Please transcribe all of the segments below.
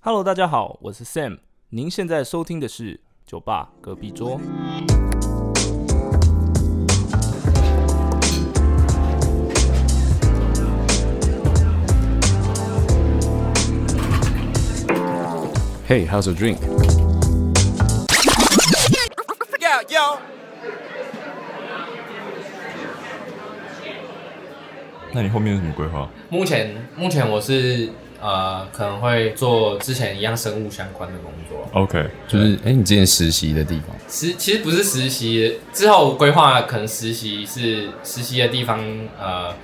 Hello，大家好，我是 Sam。您现在收听的是酒吧隔壁桌。 Hey, how's your drink? Yeah, yo. 那你后面有什么规划？目前目前我是呃可能会做之前一样生物相关的工作， OK，就是哎、你之前实习的地方，实其实不是实习，之后规划可能实习是实习的地方，呃，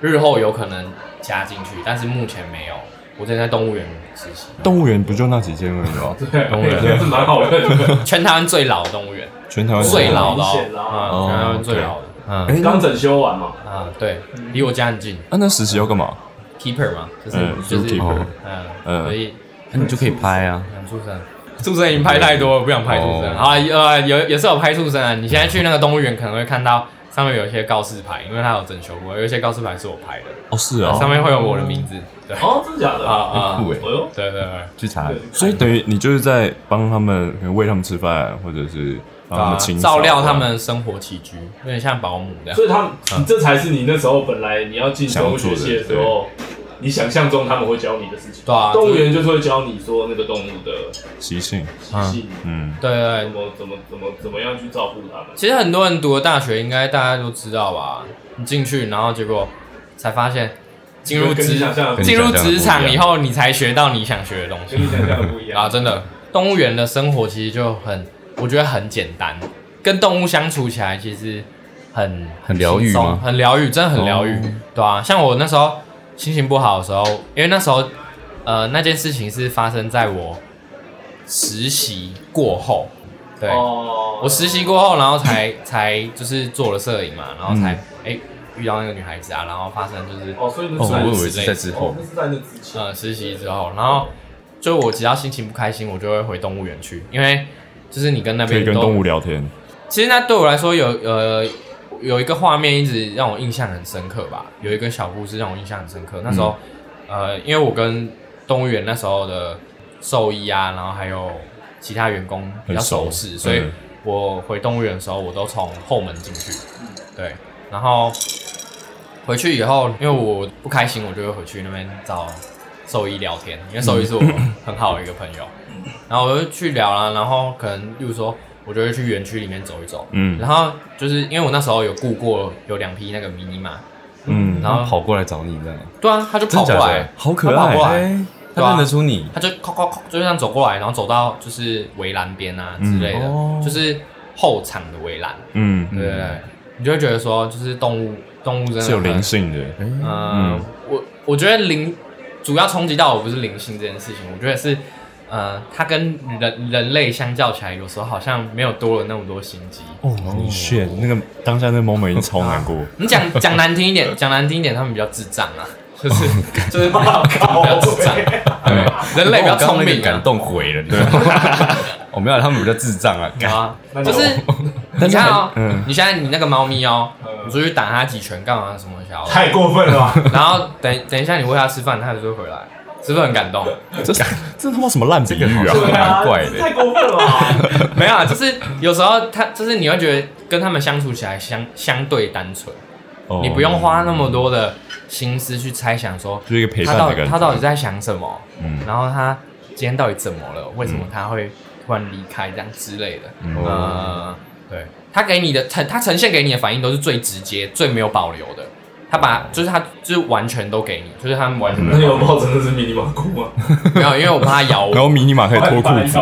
日后有可能加进去，但是目前没有。我之前在动物园实 习，动物园不就那几间而已哦吗？动物园是蛮好的，全台湾最老的动 物园，全台湾最老的哦，明显啦嗯，全台湾最老的，嗯哎，那刚整修完嘛，啊，对，离我家很近啊，那实习要干嘛？ ，keeper 嘛，就是嗯就是，zookeeper 嗯，嗯所以那、你就可以拍啊。嗯畜生，畜生已经拍太多了，不想拍畜生。哦好啊，呃，有也是有拍畜生啊。你现在去那个动物园，可能会看到上面有一些告示牌，因为它有整修过，有一些告示牌是我拍的，哦，是啊上，面会有我的名字。对，啊哦，真的假的？啊，酷哎哎，呦，对对对，去查所以等于你就是在帮他们，可能喂他们吃饭，或者是帮他啊们清扫照料他们生活起居，有点像保姆这样所。以他啊们，这才是你那时候本来你要进动物学系的时候，你想象中他们会教你的事情。对啊动物园就是会教你说那个动物的习性。习性，嗯，对对怎对，么怎么怎么怎么样去照顾他们。其实很多人读了大学，应该大家都知道吧？你进去，然后结果才发现，进入跟你职想象的进跟入你想象的不一职样场以后，你才学到你想学的东西跟。你想象的不一啊，样。真 的，动物园的生活其实就很，我觉得很简单，跟动物相处起来其实很很疗愈轻松吗很疗愈，真的很疗愈，哦对啊，像我那时候心情不好的时候，因为那时候呃那件事情是发生在我实习过后，对、哦我实习过后，然后才才就是做了摄影嘛，然后嗯才哎、遇到那个女孩子啊，然后发生就是哦，所以那哦，是我在以为是在之哦后，那是在那之前。呃实习之后，然后就我只要心情不开心，我就会回动物园去，因为就是你跟那可边以跟都动物聊天。其实那对我来说有呃有一个画面一直让我印象很深刻吧，有一个小故事让我印象很深刻。那时候、嗯呃，因为我跟动物园那时候的兽医啊，然后还有其他员工比较熟识，很熟所以嗯我回动物园的时候，我都从后门进去。对，然后回去以后，因为我不开心，我就会回去那边找兽医聊天，因为兽医是我很好的一个朋友。然后我就去聊啦，然后可能例如说，我就会去园区里面走一走。嗯然后就是因为我那时候有雇过有两匹那个迷你马，嗯，然后跑过来找你这样，对啊，他就跑过来，好可爱他跑过来哎对啊他认得出你，他就靠靠靠，就这样走过来，然后走到就是围栏边啊之类的，嗯哦就是后场的围栏，嗯，对对对，你就会觉得说，就是动物动物真的是有很灵性的。嗯嗯，我我觉得灵主要冲击到我不是灵性这件事情，我觉得是，呃，它跟人人类相较起来，有时候好像没有多了那么多心机。哦，很炫！那个当下那个 moment 已经超难过。你讲讲难听一点，讲难听一点，他们比较智障啊， 就是就是比较比较智障，对，人类比较聪我刚刚明那个感啊。动毁了，对。 我哦没有，他们比较智障啊。 干啊，那就你是你但是看还哦嗯，你现在你那个猫咪哦，你出去打它几拳干嘛什么小的，太过分了吧？ 然后等等一下你喂它吃饭，它就会回来，是不是很感动？这这他妈什么烂比喻这个好啊！对啊蛮怪，的这太过分了吧？没有，啊，就是有时候他就是你会觉得跟他们相处起来相相对单纯，哦你不用花那么多的心思去猜想说就是一个陪他伴到的底感他觉。到底在想什么，嗯然后他今天到底怎么了，为什么他会突然离开这样之类的，嗯呃，对他给你的呈他呈现给你的反应都是最直接、最没有保留的。他哦把就是他就是完全都给你，就是他们完全那你有抱真的是迷你马哭吗？没有，因为我怕他咬嗯 然后 我，迷你马可以脱裤子，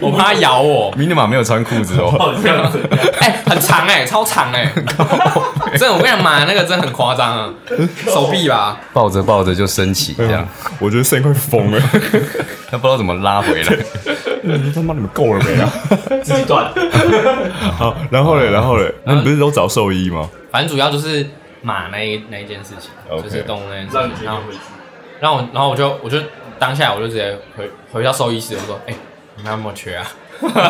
我怕他咬我，迷你马没有穿裤子哦， 到底这样子？哎、很长哎、超长 哎、真的，我跟你讲，买那个真的很夸张啊，手臂吧， 抱着抱着就升起这样，我觉得 Sam 快疯了。他不知道怎么拉回来。他妈你们够了没啊？自己 断。 好，然后嘞，然后啊嘞，那你不是都找兽医吗？反正主要就是马那一那一件事情 OK 就是动物那件让事你决情，定然后回去。让我，然后我就我就当下我就直接回回到兽医室，我说，哎、你们有没有缺啊？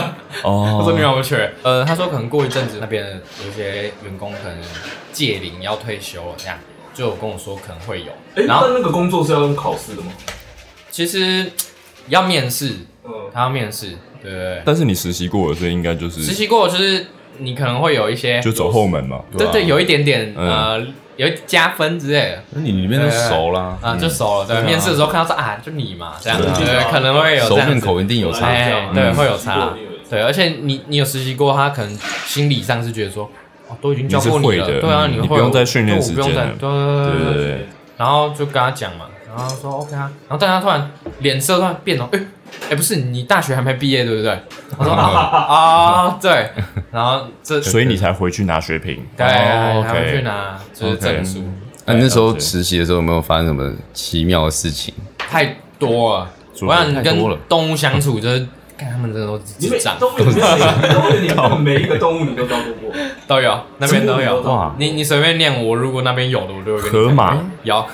哦他说你们有没有缺？呃，他说可能过一阵子那边有一些员工可能届龄要退休了，这样就有跟我说可能会有哎，，然那后那个工作是要用考试的吗？其实要面试，嗯，他要面试，对不对？但是你实习过了，所以应该就实是习过就是你可能会有一些，就走后门嘛。对吧对，有一点点嗯呃，有一加分之类的。 那你里面都熟啦，嗯啊，就熟了。对，面试的时候看到说啊，就你嘛，这样对啊对，可能会有熟这样面子口一定有差。哎，嗯对，嗯会有差实习过你有，对，而且你你有实习过，他可能心理上是觉得说，哦，都已经教过你是会了，的对啊，嗯会你不用再训练对我不用时间再了对对对对对对，对，然后就跟他讲嘛，然后说 OK 啊，然后但他突然脸色突然变了，哎哎，不是你大学还没毕业对不对？我说啊啊对，然后这所以你才回去拿学评。对，哦还会去 OK 拿就是证书，那你那时候对实习的时候有没有发生什么奇妙的事情？太多了，做我得想太跟多了动物相处就是。看他们真的都是你智每障，动物里面每动物里面每一个动物你都照顾过，都有，那边都有。哇你你随便念我，如果那边有的，我就会跟你讲河马啊有，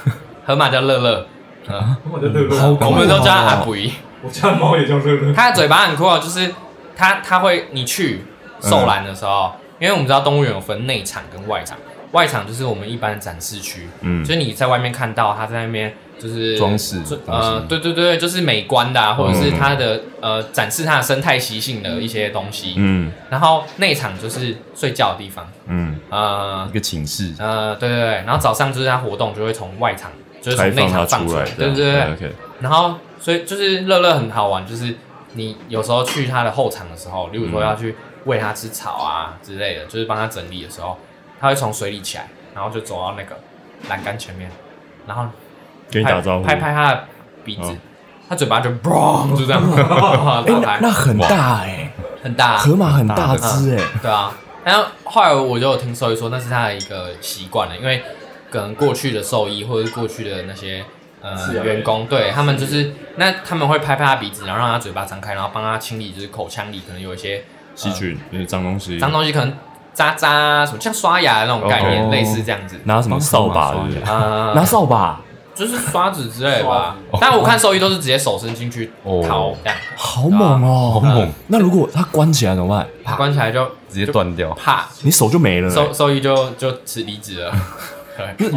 河马叫乐乐，嗯，我的乐乐，我们都叫它阿布伊。我家的猫也叫乐乐，它的嘴巴很酷哦，就是它它会你去受栏的时候，嗯因为我们知道动物园有分内场跟外场，外场就是我们一般的展示区，嗯就是你在外面看到它在那边就是装饰就东呃西，对对对，就是美观的、啊，嗯或者是它的呃展示它的生态习性的一些东西。嗯然后内场就是睡觉的地方，嗯，呃一，个寝室，呃，对对对，然后早上就是他活动就会从外场，就是从开内放它场放出来，对对对。这样对，OK，然后所以就是乐乐很好玩，就是你有时候去他的后场的时候，例如说要去喂它吃草啊之类的，就是帮它整理的时候，它会从水里起来，然后就走到那个栏杆前面，然后给你拍打招呼。拍拍它的鼻子哦，它嘴巴就 嘣就这样打开，很大哎，很大啊，马很大只哎，对啊，然后后来我就有听兽医说那是他的一个习惯了，因为可能过去的兽医或者是过去的那些呃是啊员工，对他们就是那他们会拍拍他鼻子，然后让他嘴巴张开，然后帮他清理，就是口腔里可能有一些细菌，就是脏东西，啊脏东西，可能渣渣啊什么，像刷牙的那种概念，哦类似这样子。拿什么扫把对不对？啊、扫把，就是刷子之类的吧刷，哦但我看兽医都是直接手伸进去哦掏，这样好猛哦，好猛！那如果它关起来怎么办？啪关起来就直接断掉。啪，你手就没了欸兽兽医就就辞离职了。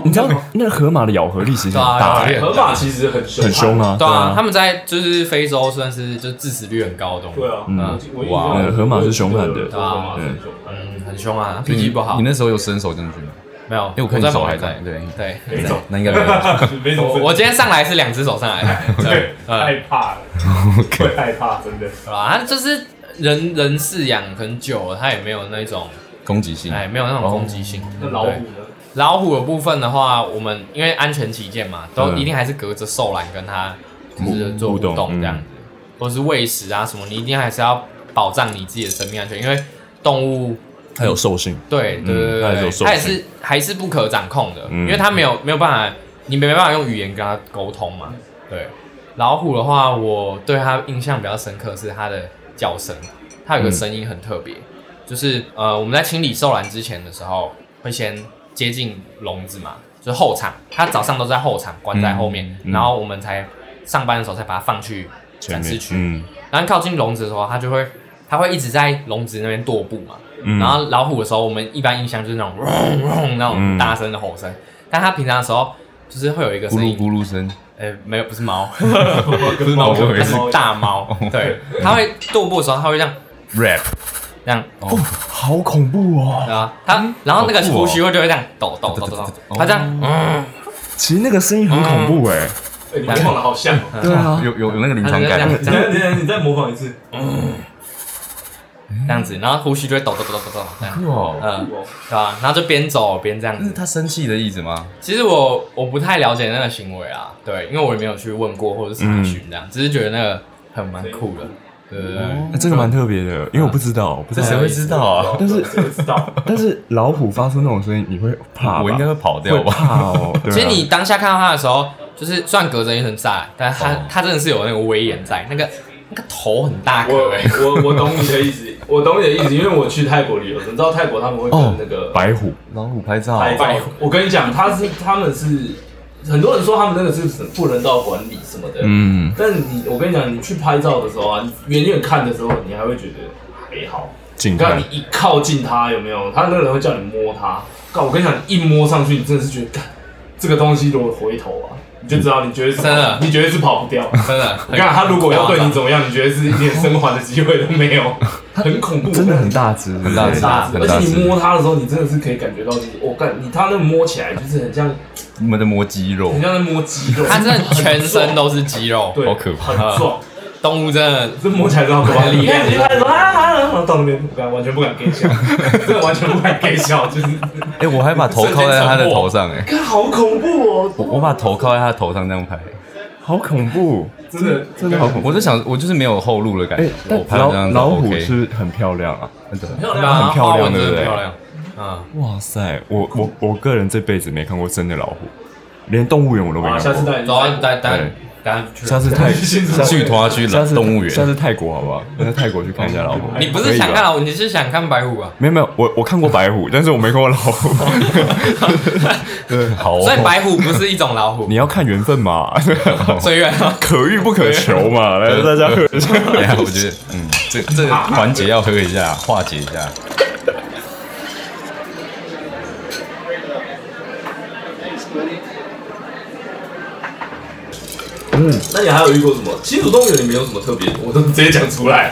你知道那河马的咬合力其实很大欸河马其实很凶，很凶，啊，对啊，他们在就是非洲算是就致死率很高的动对物，啊，嗯我印象哇河马是凶悍的河马是凶悍的，嗯，很凶啊，脾气不好你。那时候有伸手进去吗？没有，因为我看你在手旁还边在，看。对，对，没种，那应 该没有。没种我分，我今天上来是两只手上来 的，对对，，嗯，害怕了，会害怕，真的。好吧，他就是人人饲养很久了，他也没有那种，攻击性，哎，没有那种攻击性。哦那老虎对呢？老虎的部分的话，我们因为安全起见嘛，都嗯一定还是隔着兽栏跟它就是做互互动动嗯这样子，或是喂食啊什么，你一定还是要保障你自己的生命安全，因为动物它有兽性，对对嗯对它还是对有对，受它也训是还是不可掌控的，嗯因为它没有没有办法，你没办法用语言跟它沟通嘛。对，老虎的话，我对它印象比较深刻是它的叫声，它嗯有个声音很特别，就是呃我们在清理兽栏之前的时候，会先接近笼子嘛，就是后场，它早上都在后场关在后面，嗯嗯然后我们才上班的时候才把它放去前展示面区，嗯然后靠近笼子的时候，它就会它会一直在笼子那边踱步嘛。嗯，然后老虎的时候，我们一般印象就是那种嗡嗡那种嗯大声的吼声，但它平常的时候就是会有一个咕声噜音，咕噜声，呃，没有，不 是猫，不是猫我以它为哦是大猫，对，它会踱步的时候，它会这样 rap 这样，好恐酷哦！对啊，它然后那个好酷胡哦须会就会这样抖抖抖抖抖，它这样，其实那个声音很恐怖哎，哎你模仿的好像哦。对啊，嗯 有有有那个临嗯它就床会这感样，等一这样下等一 下，你再模仿一次。这样子，然后胡须就会抖抖抖抖抖抖，这样哇，嗯，对吧？然后就边走边这样那是子。他生气的意思吗？其实我我不太了解那个行为啊，对，因为我也没有去问过或者是查询嗯这样，只是觉得那个很蛮酷的，对对对。那哎这个蛮特别的，因为我不知道，我不这知道谁会知道啊？但是谁知 道？但是老虎发出那种声音，你会怕吧？我应该会跑掉会吧？怕哦。对啊其实你当下看到他的时候，就是虽然隔着一层纱，但他、哦他真的是有那个威严在，那个那个头很大我颗、欸， 我我懂你的意思，我懂你的意思，因为我去泰国旅游，你知道泰国他们会跟那个哦白虎，老虎拍照，拍照。我跟你讲，他是他们是很多人说他们那个是不人道管理什么的，嗯，但你我跟你讲，你去拍照的时候啊，你远远看的时候，你还会觉得还好。近你嗯看看你一靠近他有没有？他那个人会叫你摸他，干我跟你讲，你一摸上去，你真的是觉得，干这个东西如果回头啊，你就知道你绝对是嗯真的你绝对是跑不掉。真的。 你看他如果要对你走，怎么样，你觉得是一点生还的机会都没 有，很恐怖，真的很大只，很大很只大只，很而大且只你摸它的时候，你真的是可以感觉到自己，我干你，它那个摸起来就是很像，我们在摸肌 肉很，像在摸肌肉，他真的全身很壮都是肌肉， 对，好可怕很壮，动物真的这摸起来真的好可怕。厉你害看你看说啊啊啊，然后到那边不敢，完全不敢给笑，真的完全不敢给笑，就是， 哎，我还把头靠在他的头上，哎，看好恐怖哦，我我把头靠在他的头上这样拍，好恐怖，真的真的好恐怖。我就想，我就是没有后路的感哎觉，，但我拍老这样子老虎 OK 是很漂亮啊，漂亮啊，那很漂亮花纹真对不的对漂亮。嗯，哇塞，我我我个人这辈子没看过真的老虎，连动物园我都没啊看下次过。带你走啊，去，带带对带 去。下次泰，先下次去拖去下次动物 下园，次泰国好不好？那泰国去看一下老虎。 你不是想可以看吧？老虎，你是想看白虎啊？没有没有，我我看过白虎，但是我没看过老 虎。好哦，所以白虎不是一种老虎 你，要看缘分 嘛，所以远可遇不可求嘛。来，啊大家喝一下。等一下我觉得，嗯，这这个环节要喝一下，化解一下。那你还有遇过什么？新竹动物园里面有什么特别的？我都直接讲出来。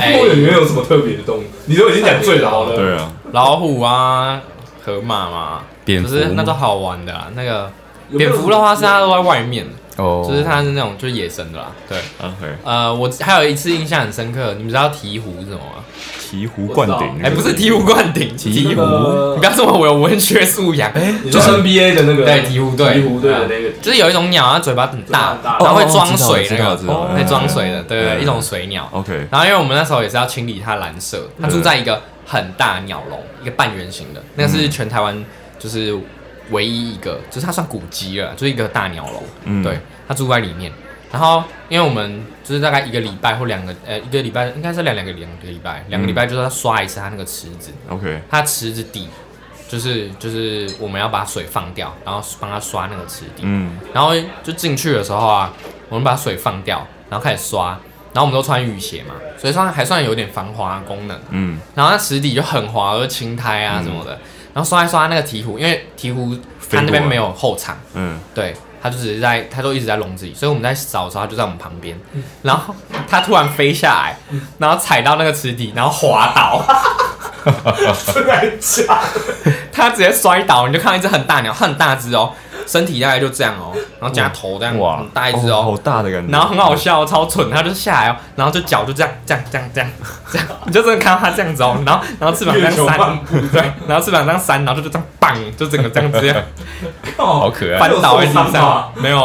哎动物园里面有什么特别的动物？你都已经讲最牢了。对啊，老虎啊，河马嘛，蝙就蝠是那都好玩的啊啦。那个有没有蝙蝠的话是它都在外面，哦就是它是那种就是野生的啦。对， ，OK，呃，我还有一次印象很深刻，你们知道鹈鹕是什么吗？醍醐灌顶。哎，不是鹈鹕冠顶，鹈那个 你不要这么我有文学素养，呃哎 你就说是 NBA 的那个对鹈鹕队，鹈鹕队的那个就是有一种鸟，它嘴巴很大嘴巴很大，然后会哦装知道水知那道个知道，会装水的，对对，嗯一种水鸟。 OK，然后因为我们那时候也是要清理它蓝色，它住在一个很大鸟笼，一个半圆形的，那个是全台湾就是唯一一个，就是它算古迹了，就是一个大鸟笼。嗯对，它住在里面。然后因为我们就是大概一个礼拜或两个呃一个礼拜，应该是两两个两个礼拜，两个礼拜就是要刷一次它那个池子， ，OK，它池子底就是就是我们要把水放掉，然后帮它刷那个池底。嗯，然后就进去的时候啊，我们把水放掉，然后开始刷，然后我们都穿雨鞋嘛，所以算还算有点防滑功能。嗯，然后那池底就很滑，就青苔啊什么的。然后刷一刷那个鹈鹕，因为鹈鹕飞它那过边来没有后场，嗯，对，它就只是在，它都一直在笼子里，所以我们在扫的时候，它就在我们旁边。然后它突然飞下来，然后踩到那个池底，然后滑倒。 真的还假的？它直接摔倒，你就看到一只很大鸟，它很大只哦，身体大概就这样哦，然后加头这样，哇，很大一只哦，好大的感觉，然后很好笑，超蠢，它就下来哦，然后就脚就这样这样这样这样这样，你就真的看到它这样子哦，然后然后翅膀这样月球漫扇，对，然后翅膀这样扇，然后就这样棒，就整个这样直接好好可爱翻倒在有受地伤吗上，没有，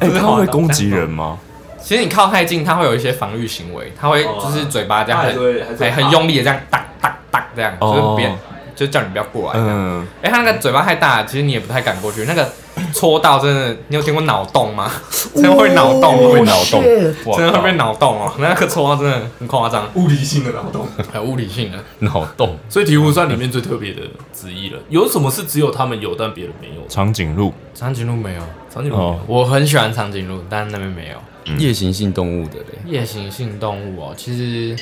哎，就是它滑会倒攻击。人吗？其实你靠太近，它会有一些防御行为，它会就是嘴巴这样它哦还是会很还是会很很用力的这样哒哒哒这样，就是别哦就叫你不要过来 这样。嗯，哎、他那个嘴巴太大，其实你也不太敢过去。那个戳到真的，你有听过脑洞吗？ 真的会脑洞哦，会脑洞，哇真的会被脑洞哦。那个戳到真的很夸张，物理性的脑洞，很物理性的。脑洞，所以鹈鹕算里面最特别的之一了。有什么是只有他们有，但别人没有的？长颈鹿长颈鹿没有，长颈鹿没有哦，我很喜欢长颈鹿，但那边没有。夜行性动物的嘞，夜行性动物哦，其实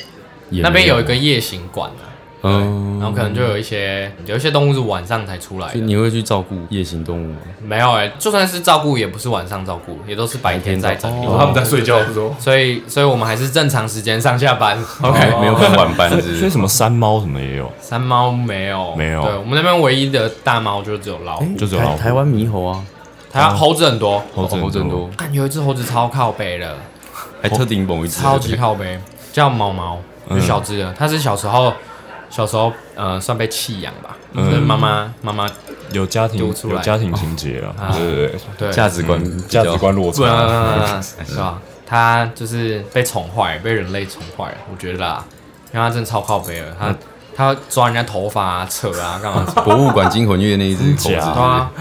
也那边没有一个夜行馆啊，嗯，然后可能就有一些有一些动物是晚上才出来所以的。你会去照顾夜行动物吗？没有哎、就算是照顾也不是晚上照顾，也都是白天在整理。哦他们在睡觉的时候，所以，所以我们还是正常时间上下班。OK，没有分晚 班所以是所不以是什么山猫什么也有，山猫没有，没有对我们那边唯一的大猫就只有老虎，就只有老虎哎台台湾猕猴啊，台湾猴子很多。猴子哦猴很子很多，看有一只猴子超靠北的，还特定某一只，超级靠北，叫毛毛，就小只的。它是小时候，小时候呃算被弃养吧，就是妈妈妈妈有家庭丢出来有家庭情节啊，对对对，对 价值观比较价值观落 不然差，啊是吧？它就是被宠坏，被人类宠坏了，我觉得啦，因为它真的超靠北了，它它抓人家头发啊、扯啊、干嘛之类的？博物馆惊魂夜那一只猴假子，对啊，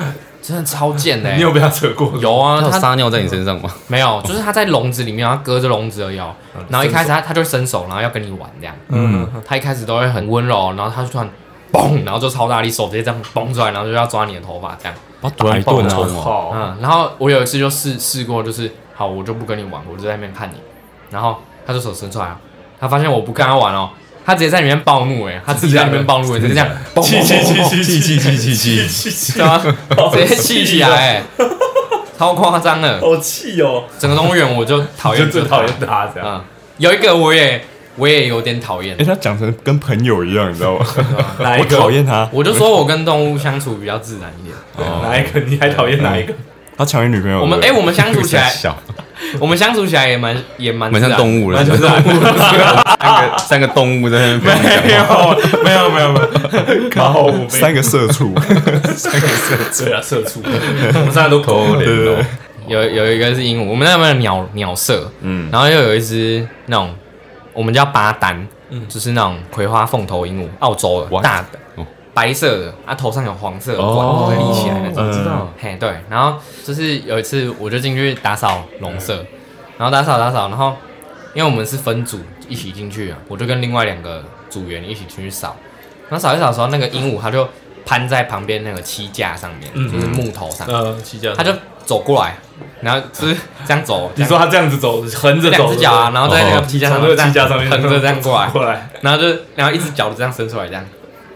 真的超贱的欸。你有被它扯过？有啊，它有它撒尿在你身上吗？没有，就是他在笼子里面，然后隔着笼子的腰，然后一开始他他就伸手，然后要跟你玩这样。嗯，他一开始都会很温柔，然后他就突然嘣，然后就超大力，手直接这样崩出来，然后就要抓你的头发这样。把它打一顿爆啊，冲哦好，嗯，然后我有一次就试试过，就是好，我就不跟你玩，我就在那边看你，然后他就手伸出来啊，他发现我不跟他玩哦，他直接在里面暴怒哎、他自己在里面暴怒哎、直接这样，嘣气气气气气气气气气气，对啊，直接气起来、欸。超夸张的，好气哦，整个动物园我就讨就厌，最讨厌。他这样。嗯，有一个我也我也有点讨厌哎、，他讲成跟朋友一样，你知道吗？哪我一个讨厌他，我就说我跟动物相处比较自然一点。哦哪一个？你还讨厌哪一个？嗯他抢你女朋友。我们哎，对不对我们相处起 来，小，我们相处起来也蛮也蛮蛮像物。动物了，就是啊三个三个动物在那边哎 没有没有没有没有， 靠北，三个社畜，对啊，社畜，我们三个都偷 口脸哦，有有一个是鹦鹉，我们那边的鸟鸟舍，嗯，然后又有一只那种我们叫巴丹，嗯，就是那种葵花凤头鹦鹉，澳洲的 What？大的哦，白色的，它头上有黄色的哦管立起来那种，我知道。嘿对，然后就是有一次我就进去打扫笼舍，然后打扫打扫，然后因为我们是分组一起进去啊，我就跟另外两个组员一起进去扫，然后扫一扫的时候，那个鹦鹉它就攀在旁边那个栖架上面，嗯就是木头上，呃，起价，他就走过来，然后就是这样走，你说他这样子走，横着这样两走，哦只脚啊，然后在那个机架上，从那个机架上面横着这样过来，过来然后就然后一只脚这样伸出来这样，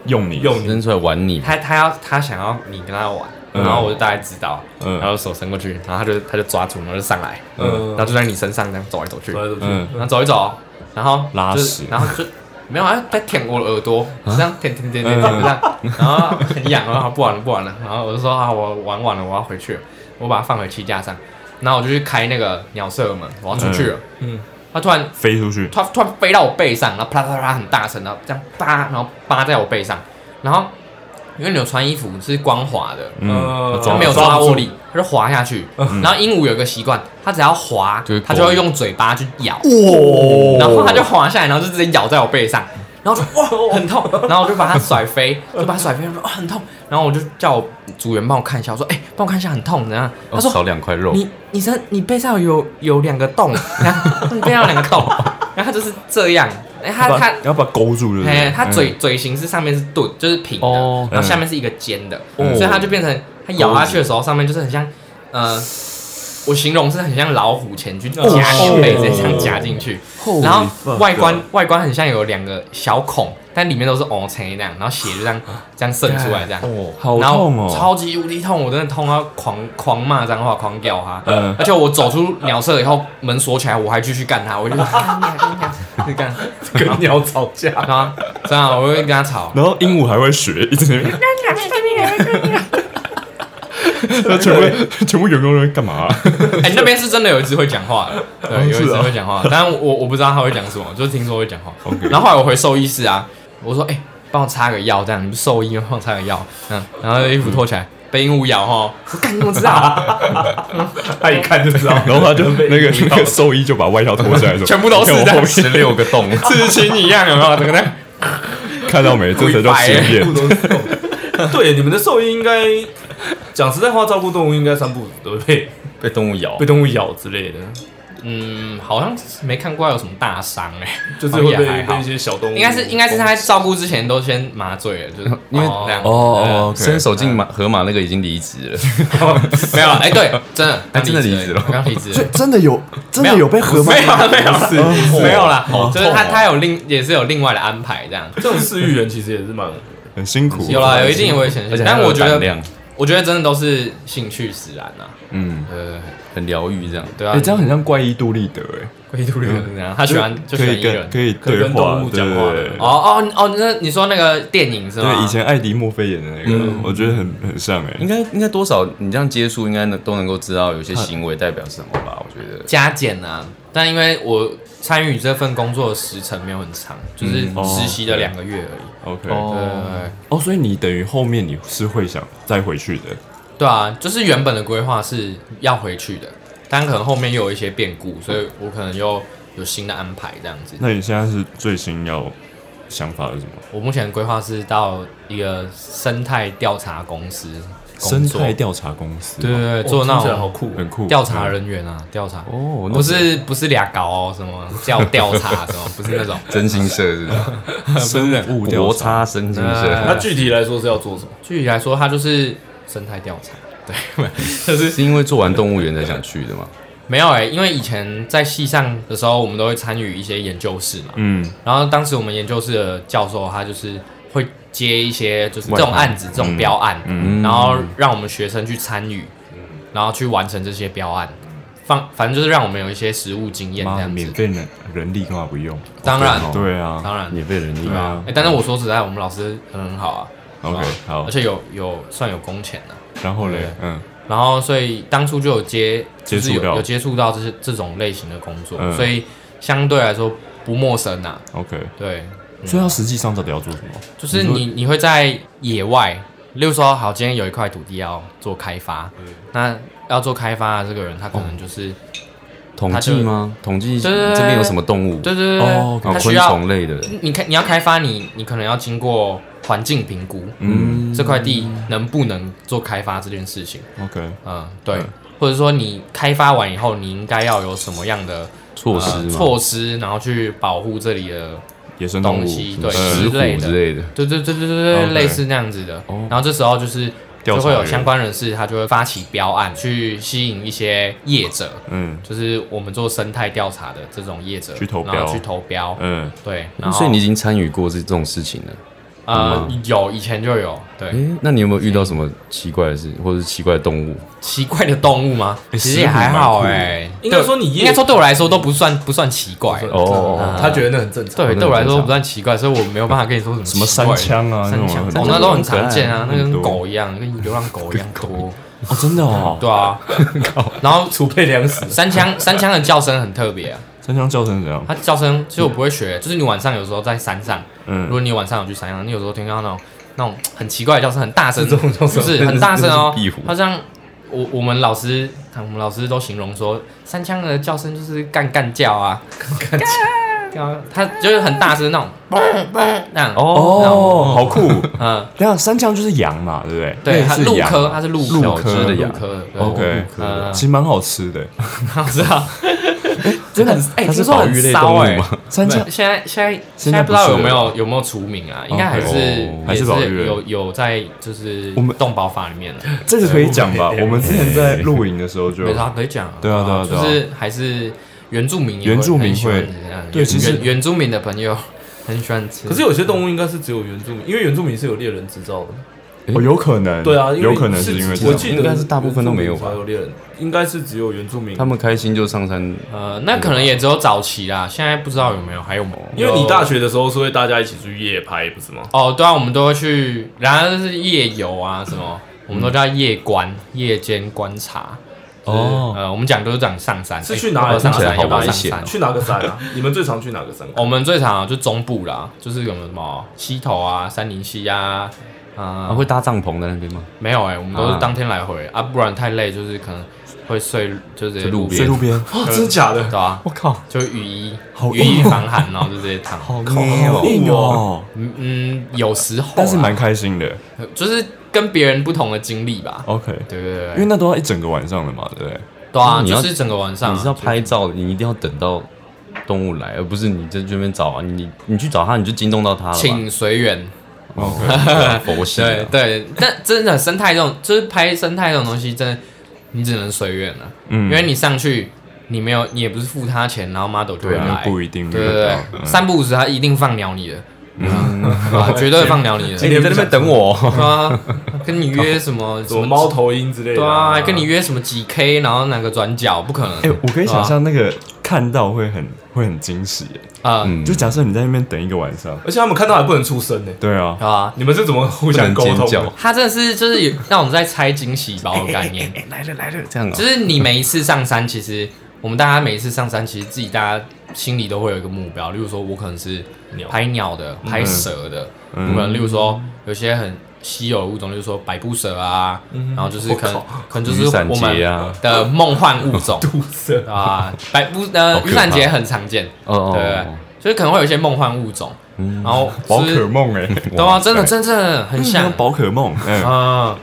用你用你，扔出来玩你，他他要他想要你跟他玩，嗯然后我就大概知道，嗯然后手伸过去，然后他就他就抓住，然后就上来，嗯然后就在你身上这样走来走去，走来走去嗯然后走一走，然后拉就是屎啊然后就。没有，他在舔我的耳朵，就这样舔舔舔舔舔嗯这样，然后很痒，然后不玩了不玩了，然后我就说啊，我玩完了，我要回去了，我把它放回气架上，然后我就去开那个鸟舍门，我要出去了，嗯嗯，它突然飞出去，突然突然飞到我背上，然后啪啦啪啦啪啦很大声，然后这样叭，然后扒在我背上，然后因为你有穿衣服是光滑的，嗯嗯，它抓没有抓抓不住握力，它就滑下去。然后鹦鹉有个习惯，它只要滑嗯就是，它狗就会用嘴巴去咬，然后它就滑下来，然后就直接咬在我背上，然后就哇很痛，然后我就把它甩飞，就把它甩飞，我说哦很痛，然后我就叫我组员帮我看一下，我说哎帮我看一下很痛怎样？他哦说少两块肉，你你身你背上有有两个洞，然后 你背上有两个洞，然后它就是这样，哎它要把它。要把它勾住，对不哎对？，它嘴嘴型是上面是钝，就是平的，嗯哦然后下面是一个尖的，嗯所以它就变成它咬下去的时候，上面就是很像，呃，我形容是很像老虎钳去夹你背，直接这样夹进去，然后外观外观很像有两个小孔，但里面都是凹成那样，然后血就这样这样渗出来这样，嗯好然后痛哦，超级无敌痛，我真的痛到狂狂骂脏话，狂屌他。嗯而且我走出鸟舍以后，门锁起来，我还继续干他， 我就 干你啊干你啊，就干，跟鸟吵 架，然后这样啊我会跟他吵， 然后鹦鹉还会学，一直在那 边 那全部 全部员工在那边干嘛啊？哎、那边是真的有一只会讲话的，对，有一是只啊会讲话，但我我不知道它会讲什么，就是听说会讲话。 OK 然后后来我回兽医室啊，我说哎，帮、我擦个药，这样你不是兽医吗？帮我擦个药，嗯，然后衣服脱起来，被鹦鹉咬哈，我干你怎么知道？他一看就知道。然后他就那个那个兽医就把外套脱下来说，全部都是你看我后十六个 洞，刺青一样有没有？整个在面看到没？这才叫实验。 对，你们的兽医应该讲实在话，照顾动物应该三不五时都会被被动物咬 被，动物咬之类的，嗯，好像是没看过有什么大伤哎、 就是会好像也还被好被一些小动物攻击。应该是应该是他在照顾之前都先麻醉了，就是 因为那样哦，OK 伸手进马河马那个已经离职了， 没有哎、对，真的，哎真的离职了刚离职了。真的有，真的有被河马没有啦没有啦是没有啦，就是他痛哦他有另也是有另外的安排这样。这种饲育员其实也是蛮很辛苦，有啦，有一定有危险而性且，但它我有觉胆得量我觉得真的都是兴趣使然啊。嗯，呃，很疗愈这样，对啊，哎，这样很像怪异杜立德哎， 龟兔人这样，他喜欢就喜可欢以一跟人。可以以对跟话动物，对讲话对对的哦哦哦，那你说那个电影是吗？对，以前艾迪墨菲演的那嗯个，我觉得很很像哎应。该应该多少你这样接触，应该能都能够知道有嗯些行为代表什么吧？我觉得加减啊，但因为我参与这份工作的时程没有很长，就是嗯哦实习的两个月而已。 OK，呃，哦，所以你等于后面你是会想再回去的，对啊，就是原本的规划是要回去的，但可能后面又有一些变故，所以我可能又有新的安排这样子。那你现在是最新要想法是什么？我目前规划是到一个生态调查公司工生作，态调查公司，对对对，做闹那好种酷哦，很酷。调查人员啊，调查哦，那不是不是俩搞哦，什么叫调查什么，不是那 种。真心社是 吧？生物调国查，差真心呃社，那具体来说是要做什么？具体来说，它就是生态调查，对，就 是是因为做完动物园才想去的嘛？没有哎、因为以前在系上的时候，我们都会参与一些研究室嘛，嗯，然后当时我们研究室的教授他就是会嗯嗯接一些就是这种案子、这种标案，然后让我们学生去参与。然后去完成这些标案，放反正就是让我们有一些实务经验这妈的样免子。费人人力干嘛不用？当然哦对啊，当然，免费人力对啊。哎、但是我说实在，我们老师很很好啊 OK，好而，且有有算有工钱的、然后嘞对，嗯，然后所以当初就有接接就是触到有有接触到这些这种类型的工作，嗯所以相对来说不陌生呐、啊。 OK，对，所以他实际上到底要做什么？就是你你会在野外，例如说，好，今天有一块土地要做开发，嗯那要做开发的这个人，他可能就是、哦统计吗？统计对对对这边有什么动物？对对对对，哦他哦，需昆要虫类的。你看你要开发你，你可能要经过环境评估，嗯这块地能不能做开发这件事情， ，OK，嗯，对，或者说你开发完以后，你应该要有什么样的措施呃吗？措施，然后去保护这里的野生动东物西，呃对石之虎类的之。类的。对对对对对对哦 OK 哦类似那样子的。然后这时候就是调就查会有员相关人士，他就会发起标案，去吸引一些业者，嗯就是我们做生态调查的这种业者去投标然后去投标。嗯，对，然后所以你已经参与过这这种事情了。呃有以前就有对诶，那你有没有遇到什么奇怪的事，或者是奇怪的动物？奇怪的动物吗？其实也食物还蛮好酷的哎，应该对说你业应该说对我来说都不算不算奇怪哦，他觉得那很正常。对，那对我来很说正不算奇怪，所以我没有办法跟你说什么什什么三枪啊那三种枪，很哦，那都很常见啊，那很多跟狗一样，跟流浪狗一样多。哦，真的哦，对啊，然后储备粮食，三枪三枪的叫声很特别啊，三枪叫成怎样？它叫声其实我不会学，就是你晚上有时候在山上，如嗯，果你晚上有去山上，你有时候听到那种那种很奇怪的叫声，很大声，不是很大声哦那是壁虎，它像我我们老师，我们老师都形容说三枪的叫声就是干干叫啊，干干叫，它就是很大声那种，那样哦，好酷， 嗯，等一下三枪就是羊嘛，对不对？对，它是鹿羊科，它是鹿鹿科科的羊鹿科的对 OK，嗯其实蛮好吃的，我知道， 真的它哎，听是说保很育类骚动哎物。吗？三枪现在现在现现在在不不知道是有没了有有没有除名啊？应该还是 OK 也还是保育有有在就是我们啊动保法里面的，啊这个可以讲吧？我们之前在露营的时候就没啥可以讲啊。对啊对啊对啊就是还是原住民也原住民很喜欢会这样对原其实原原住民的朋友很喜欢吃，可是有些动物应该是只有原住民，因为原住民是有猎人执照的。哦，有可能，对啊，因为有可能是因为这我样。记得应该是大部分都没有吧原住民才有猎人，应该是只有原住民他。们开心就上山，呃，那可能也只有早期啦，现在不知道有没有，还有哦没有？因为你大学的时候是会大家一起出去夜拍，不是吗？哦，对啊，我们都会去，然后是夜游啊什么，我们都叫夜观，夜间观察。哦，呃，我们讲都是讲上山，是哎去哪要不里要上听起山？来好要不要危上险山哦？去哪个山啊？ 你们最常去哪个山？我们最常啊就中部啦，就是有没有什么溪头啊、三林溪啊，啊，啊、会搭帐篷在那边吗？没有哎、我们都是啊当天来回啊不然太累，就是可能会睡，就是在路边睡路边，哦，真的假的？对啊，我靠，就雨衣，好雨衣防寒，然后就直接躺。好硬哦，嗯嗯，有时候啦，但是蛮开心的。就是跟别人不同的经历吧， OK，对对对因为那都要一整个晚上了嘛，对不对？对啊，你就要是整个晚上啊、你是要就拍照的，你一定要等到动物来，而不是你在这边找啊，你你去找它，你就惊动到它了吧。请随缘。哦佛系啊，对对，但真的生态这种，就是拍生态这种东西，真的你只能随缘了，嗯因为你上去，你没有，你也不是付他钱，然后 model 就会对啊来，不一定对遇对得对到，嗯三不五时他一定放鸟 你的，啊，绝对放鸟你的，哎，你在那边等我哦，对啊，跟你约什么什什么么猫，头鹰之类的？对啊，跟你约什么几 K，然后哪个转角，不可能，哎，我可以想象那个看到会很会很惊喜耶。啊，对就假设你在那边等一个晚上，而且他们看到还不能出声呢。对啊，吧？你们是怎么互不相能沟尖通叫的？，他真的是就是有让我们在拆惊喜包的概念， 这样啊就，是你每一次上山，其实我们大家每一次上山，其实自己大家心里都会有一个目标，例如说我可能是拍鸟的、拍蛇的，嗯我可能例如说有些很稀有的物种，例如说百步蛇啊，然后就是可能可能就是嗯雨伞我节们啊，的梦幻物 种不是，啊，百步呃好可雨怕伞节很常见，哦哦对对哦，就是可能会有一些梦幻物种，嗯然后宝就是可梦哎，对啊，真的哇塞真的很像嗯宝可梦， 嗯，啊，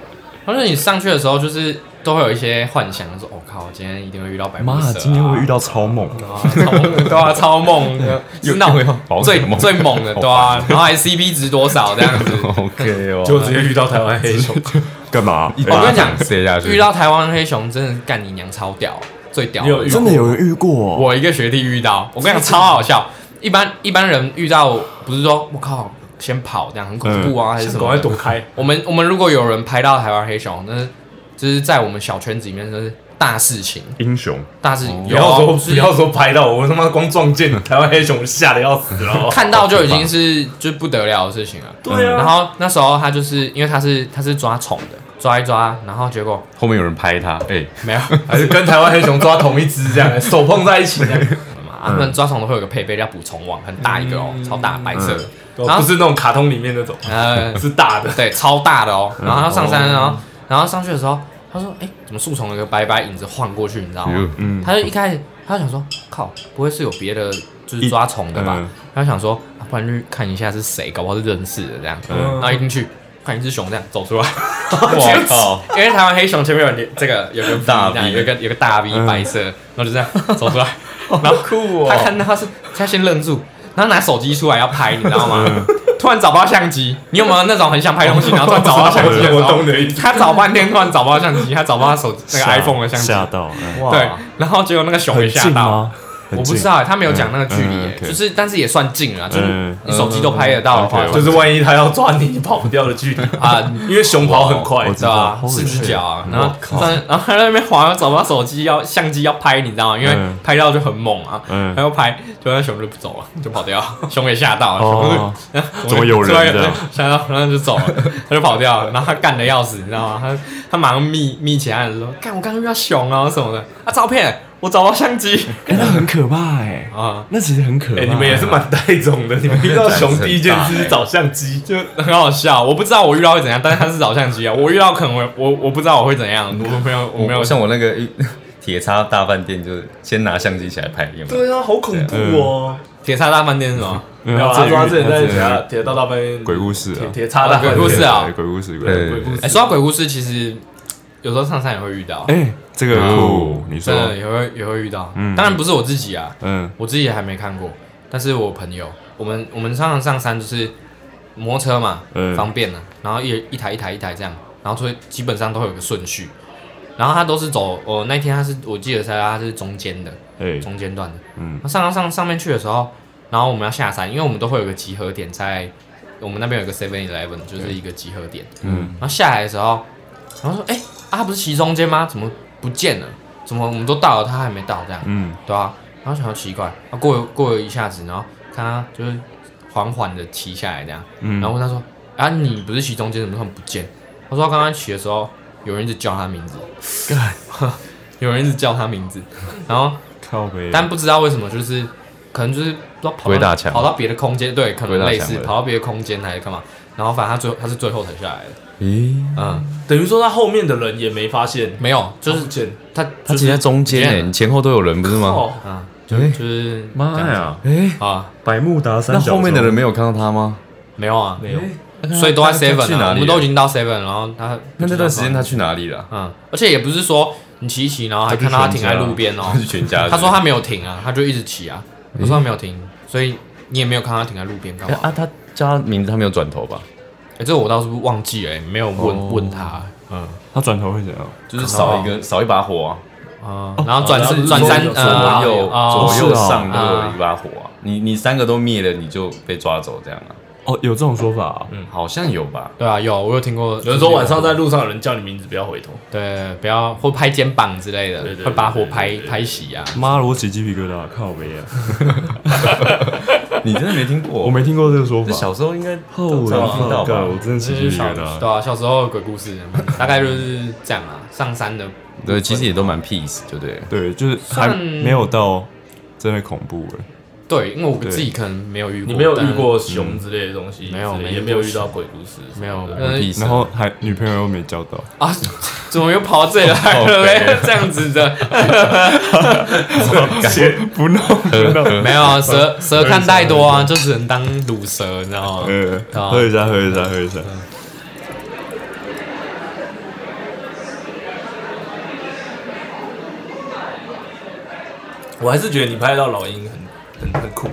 而且你上去的时候，就是都会有一些幻想，说“我、哦靠，今天一定会遇到白马、妈，今天会遇到超梦，啊，超猛 对啊，超猛的，是那种宝可最梦最猛的，对啊，然后还 CP 值多少这样子。 OK 哦，就直接遇到台湾黑熊。干嘛？哎我跟你讲，谁下去？遇到台湾黑熊真的干你娘超屌，最屌你有的遇过真的有人遇过哦？我一个学弟遇到，我跟你讲超好笑。一般一般人遇到不是说我靠嗯先跑这样很恐怖啊、还是什赶快么的？躲开，我们我们如果有人拍到台湾黑熊，那是就是在我们小圈子里面，就是大事情，英雄大事情。不有哦要啊说是不要说拍到我，我他妈光撞见了台湾黑熊，吓得要死哦了。看到就已经是就不得了的事情了。 哦对啊然后那时候他就是因为他是他是抓虫的，抓一抓，然后结果后面有人拍他，哎、没有，还是跟台湾黑熊抓同一只这样，嗯手碰在一起 这样， 啊他们抓虫的会有个配备叫捕虫网，很大一个嗯哦，超大白色的，然不后是那种卡通里面那种，呃是大的。对超大的嗯哦，然后他上山，然后然后上去的时候，他说哎怎么树丛有个白白影子晃过去，你知道吗？嗯他就一开始他就想说靠，不会是有别的就是抓虫的吧嗯？他就想说啊不然去看一下是谁，搞不好是认识的这样，然后一进去。看一只熊这样走出来， 我靠，因为台湾黑熊前面有这个有个大 V 这样有一个有个大 V 白色，然后就这样走出来，然后酷他看到他是他先愣住，然后拿手机出来要拍，你知道吗？突然找不到相机，你有没有那种很想拍东西，然后突然找不到相机的时候？我懂你的意他找半天，突然找不到相机，他找不到手那个 iPhone 的相机，吓到，嗯对，然后结果那个熊也吓近到，吗？我很不近知道欸，他没有讲那个距嗯离嗯欸， ，OK 就是但是也算近了，就是嗯你手机都拍得到的话，嗯，OK，就是万一他要抓你，你跑不掉的距 离啊，因为熊跑很快我，对啊， Holy 四只 shit 脚啊，然后在然后他在那边滑，找不到手机要相机要拍，你知道吗？因为嗯拍到就很猛啊，嗯他要拍，就那熊就不走了，就跑掉，熊给吓到了，哦熊就怎么有人对这样吓到，然后就走了，他就跑掉了，然后他干的要死，你知道吗？他他马上密密其他人说，干我刚刚遇到熊啊什么的，啊照片我找不到 相机哎，那很可怕欸哎，啊，那其实很可怕。哎，你们也是蛮带种的，你们遇到熊第一件事是找相机，就很好笑，我不知道我遇到会怎样，但是他是找相机啊，我遇到可能我我我不知道我会怎样，我没有我我没没有有像我那个 铁叉大饭店，就是先拿相机起来拍，有没有？对啊，好恐怖哦。铁叉大饭店是 什么？没没有啊，他说他之前在铁家大铁道大半夜鬼故事铁啊，铁叉大鬼故事啊对鬼故事，鬼对故对事。对哎、说到鬼故事，其实有时候上山也会遇到，哎，这个哦酷，你说真，的也会也会遇到。嗯当然不是我自己啊，嗯我自己还没看过，但是我朋友，我们我们常常上山就是摩托车嘛，嗯方便啊，然后一一台一台一台这样，然后所以基本上都会有个顺序，然后他都是走，我、那天他是我记得是他是中间的，哎中间段的，嗯那上到上上面去的时候，然后我们要下山，因为我们都会有个集合点在，我们那边有个 Seven Eleven，就是一个集合点。嗯，然后下来的时候，然后说，哎、啊，他不是骑中间吗？怎么不见了？怎么我们都到了，他还没到？这样，嗯对啊。然后想到奇怪，啊，过了过了一下子，然后看他就是缓缓的骑下来这样，嗯然后问他说，啊，你不是骑中间，怎么突然不见？他说他刚刚骑的时候，有人一直叫他名字， 有人一直叫他名字，然后。靠背，但不知道为什么，就是可能就是不知道跑鬼到打墙跑到别的空间，对，可鬼能打类墙似了跑到别的空间还是干嘛。然后反正他最后他是最后才下来的，咦，嗯，等于说他后面的人也没发现，没有，就不是见他他就骑是在中间不哎、见了你前后都有人不是吗？哦，啊，就哎就是妈这样呀，哎、子啊，百慕达三那后面的人没有看到他吗？没有啊，没有，所以都在他他去 seven 哪啊，我里们都已经到 seven，然后他那这段时啊间他，去哪里了？嗯，而且也不是说你骑一骑，然后还看到他停在路边哦 他，去全家。他说他没有停啊，他就一直骑啊，我说他没有停，所以你也没有看他停在路边干哎嘛？啊，他叫他名字，他没有转头吧？哎，这我倒是忘记了，没有哦问问他，他转头会怎样？就是少一个少一把火啊，啊，然后转是哦转三左右呃左右哦左右上哦都有一把火啊。你你三个都灭了，你就被抓走这样啊？哦，有这种说法啊，嗯，好像有吧？对啊，有我有听过，有人说晚上在路上有人叫你名字不要回头，对不要或拍肩膀之类的对，对会把火对对拍对对拍熄啊。妈，我起鸡皮疙瘩，靠背啊，你真的没听过？我没听过这个说这法。小时候应该后常常听到吧？我真的起鸡皮疙对瘩。啊，小时候的鬼故 事大概就是这样啊，上山的对，其实也都蛮 peace，就 对了。对，就是还算没有到真的恐怖哎。对，因为我对自己可能没有遇过，你没有遇但过熊之类的东西，嗯没有之没类遇过也没有遇到鬼故事，没有对嗯很 peace 然后还女朋友又没交到，啊？ 怎么又跑到这 里来了？这样子的不弄不弄，没有啊蛇蛇看太多啊，就只能当卤蛇，你知道吗？嗯呃，喝一下，喝一下，喝一下。我还是觉得你拍到老鹰很很很酷，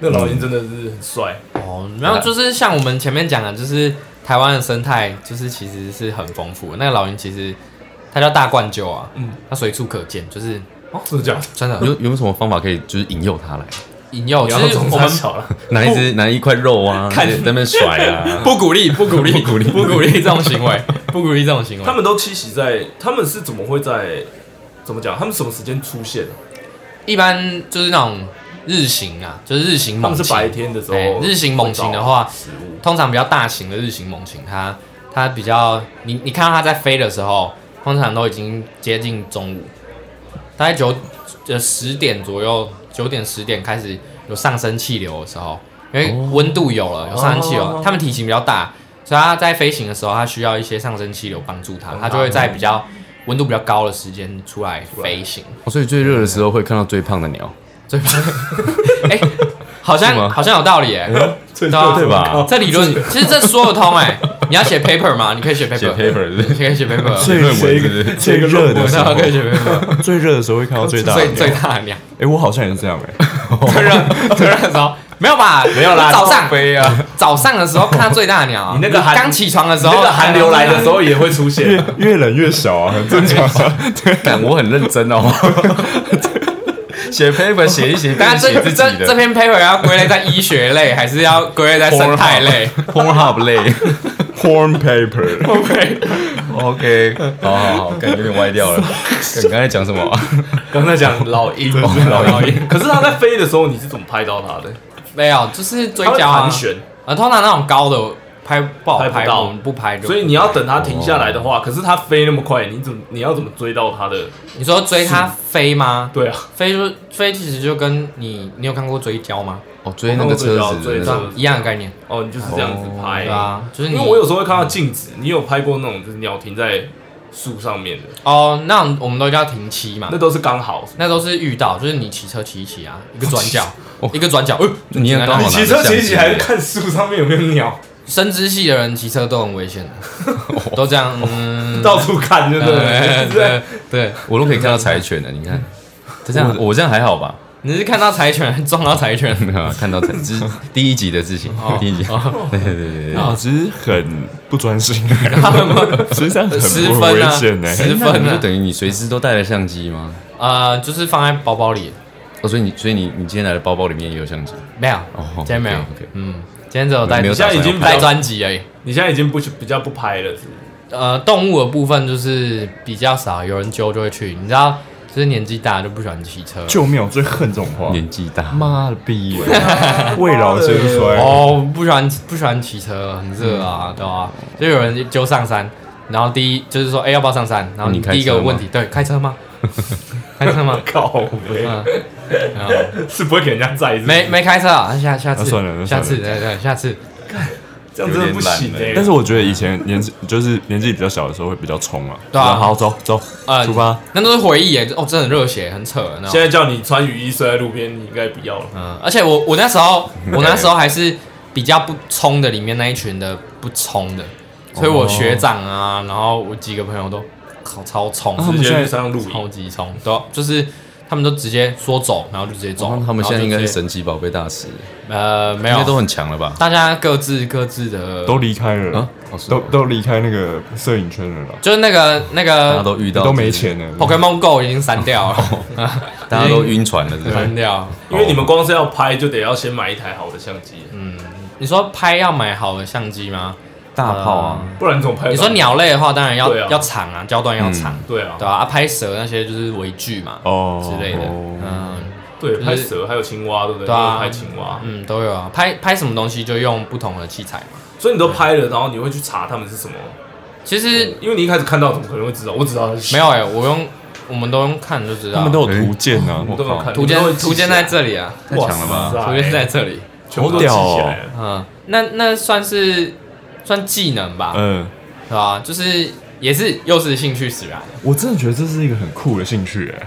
那老鹰真的是很帅，哦，没有，就是像我们前面讲的，就是台湾的生态，就是其实是很丰富的。那个老鹰其实它叫大冠鹫啊，嗯，它随处可见，就是哦，真的假的？真的有有没有什么方法可以就是引诱他来？引 诱。其然后实从我他们小了，拿 一只拿一块肉啊，看在那边甩啊， 不鼓励，不鼓励，不鼓励，不鼓励这种行为。不鼓励这种行为。他们都栖息在，他们是怎么会在？怎么讲？他们什么时间出现？一般就是那种日行啊，就是日行他猛们禽。是白天的时候哎，日行猛禽的话食物，通常比较大型的日行猛禽，它它比较你你看到它在飞的时候，通常都已经接近中午，大概九呃十点左右，九点十点开始有上升气流的时候，因为温度有了，有上升气流，它们体型比较大，所以它在飞行的时候，它需要一些上升气流帮助它，它就会在比较温度比较高的时间出来飞行。 所以最热的时候会看到最胖的鸟，最怕，哎、好是像吗好像有道理哎、对啊对吧？这理论其实这说得通哎、你要写 paper 嘛，你可以写写 paper， paper 是不你是可以写 paper，写论文是不是最热的时那候我，可以写 paper，最热的时候会看到最大的最鸟。最大的量，哎，我好像也是这样 哎。最热最热的时候没有吧？没有哦啦早上飞啊！早上的时候看到最大的鸟啊，你那个寒刚起床的时然候，后寒流来的时候也会出现。越冷越小啊，很正常 啊。对， 干我很认真 哦，写 paper 写一写，当变然。啊成这写自这己这的篇 paper 要归类在医学类，还是要归类在生态类？ Pornhub 类 porn paper， ，OK，好好好，感觉有点歪掉了。 干你刚才讲什么哦啊？刚才讲老鹰，老鹰。可是它在飞的时候，你是怎么拍到它的？没有，就是追它会焦啊盘。旋，啊，通常那种高的拍不好拍不拍，到我们不拍就。所以你要等它停下来的话，可是它飞那么快，你怎么你要怎么追到它的？你说追它飞吗？对啊，飞就飞，其实就跟你你有看过追焦吗？哦，追那个车子追的那到种，嗯一样的概念，哦，你就是这样子拍对。啊，就是因你为我有时候会看到镜子，你有拍过那种就是鸟停在树上面的，哦，那我们都叫停七嘛那，都是刚好。那都是遇到，就是你骑车骑一骑啊，一个转角， 哦一个转角，呃你也刚好拿骑着车相骑机起来看树上面有没有鸟，深知系的人骑车都很危险的，都这样，嗯，哎到处看，哦对不 对对？对对，我都可以看到柴犬的，你看，这样我这样还好吧？ 你是看到柴犬还 是撞到柴犬？没有啊看到柴，这是第一集的事情，第一集，对对对对对。啊，只是很不专心，啊 实际上很十不分危啊险哎。十那分你就啊，等于你随时都带了相机吗？呃，就是放在包包里，哦，所以你所以你你今天来的包包里面也有相机？没有，哦今天没有 OK，OK，嗯，今天只有带没有现在已经带专辑而已。你现在已经不比较不拍了，是不是呃，动物的部分就是比较少，有人揪就会去。你知道，就是年纪大就不喜欢骑车。救命！我最恨这种话，年纪大，妈的逼，未老先衰。哦，不喜欢不喜欢骑车，很热嗯啊，对啊，就有人揪上山，然后第一就是说，哎、要不要上山？啊然后你开第一个车吗问题，对，开车吗？ 开 车吗？靠北嗯， 是不会给人家载，是不是没没开车啊，下下次那算了那算下了次对对，下次这样真的不行哎。但是我觉得以前年纪就是年纪比较小的时候会比较冲啊，对啊然后好走走，呃出发。那都是回忆耶，哦，真的很热血，很扯那种现。在叫你穿雨衣睡在路边，你应该不要了。嗯，而且我我那时 候我那时候还是比较不冲的里面那一群的不冲的，所以哦我学长啊，然后我几个朋友都靠超啊冲，他们直现接在去山上露超营，级冲，都就是他们都直接说走，然后就直接走。哦他们现在应该是然后就直接神奇宝贝大师，呃没应该都有，很强了吧？大家各自各自的都离开了嗯啊，哦是都哦都离开那个摄影圈了啦，就是那个那大家个都遇到，都没，钱了。 Pokemon Go 已经删掉了，啊大家都晕船了，对不删对？掉。因为你们光是要拍，就得要先买一台好的相机，你说拍要买好的相机吗？大炮啊，不然你总拍。你说，鸟类的话，当然要对啊要长啊，焦段要嗯长。对啊对，啊，啊拍蛇那些就是微距嘛，哦之类的哦嗯对，是拍蛇还有青蛙，对不对？对啊你有拍青蛙，嗯都有啊，拍拍什么东西就用不同的器材嘛。所以你都拍了，然后你会去查他们是什么？其实因为你一开始看到，怎么可能会知道？我只知道它是没有哎、我用我们都用看就知道，他们都有图鉴嗯啊，我都没有看，图你们鉴都会记图鉴在这里啊，起来，太强了吧哇塞图鉴在这里，全部都记起来了。嗯，那那算是算技能吧，嗯，是吧？就是也是又是兴趣使然，我真的觉得这是一个很酷的兴趣哎，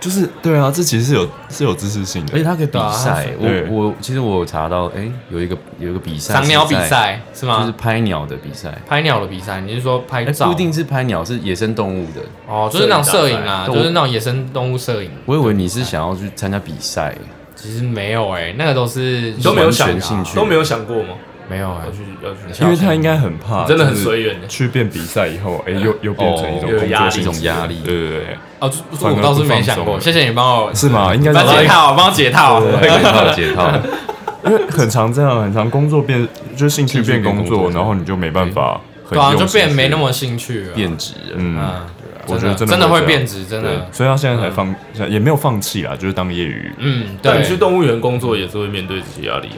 就是对啊，这其实是有是有知识性而且的。他可以比赛，对我我其实我有查到，哎，有一个有一个比赛，赏鸟比是在，赛是就是吗？拍鸟的比赛，拍鸟的比赛，你是说拍哎照？不一定是拍鸟，是野生动物的。哦，就是那种摄影摄啊，影大赛就是那种野生动物摄影。我以为你是想要去参加比赛，其实没有哎、那个都是你都没有想完全兴趣都没有想过吗？没有哎、要去要去，因为他应该很怕，真的很就是随缘的去变比赛以后，哎，又又变成一哦种工有压作力性一质种压力对对对，哦，这这反而我倒是没想不过，放松谢谢你帮我是吗？哎应该帮我解是套，帮我解套。解套解套，因为很常这样，很常工作变就是兴趣变工兴趣变作，工作然后你就没办法很对啊，就用心变没去那么兴趣了。变质了。嗯，嗯，我觉得真真的的真的会这样变质，真的对。所以他现在才放，也没有放弃啦，就是当业余。嗯，但你去对，动物园工作也是会面对这些压力。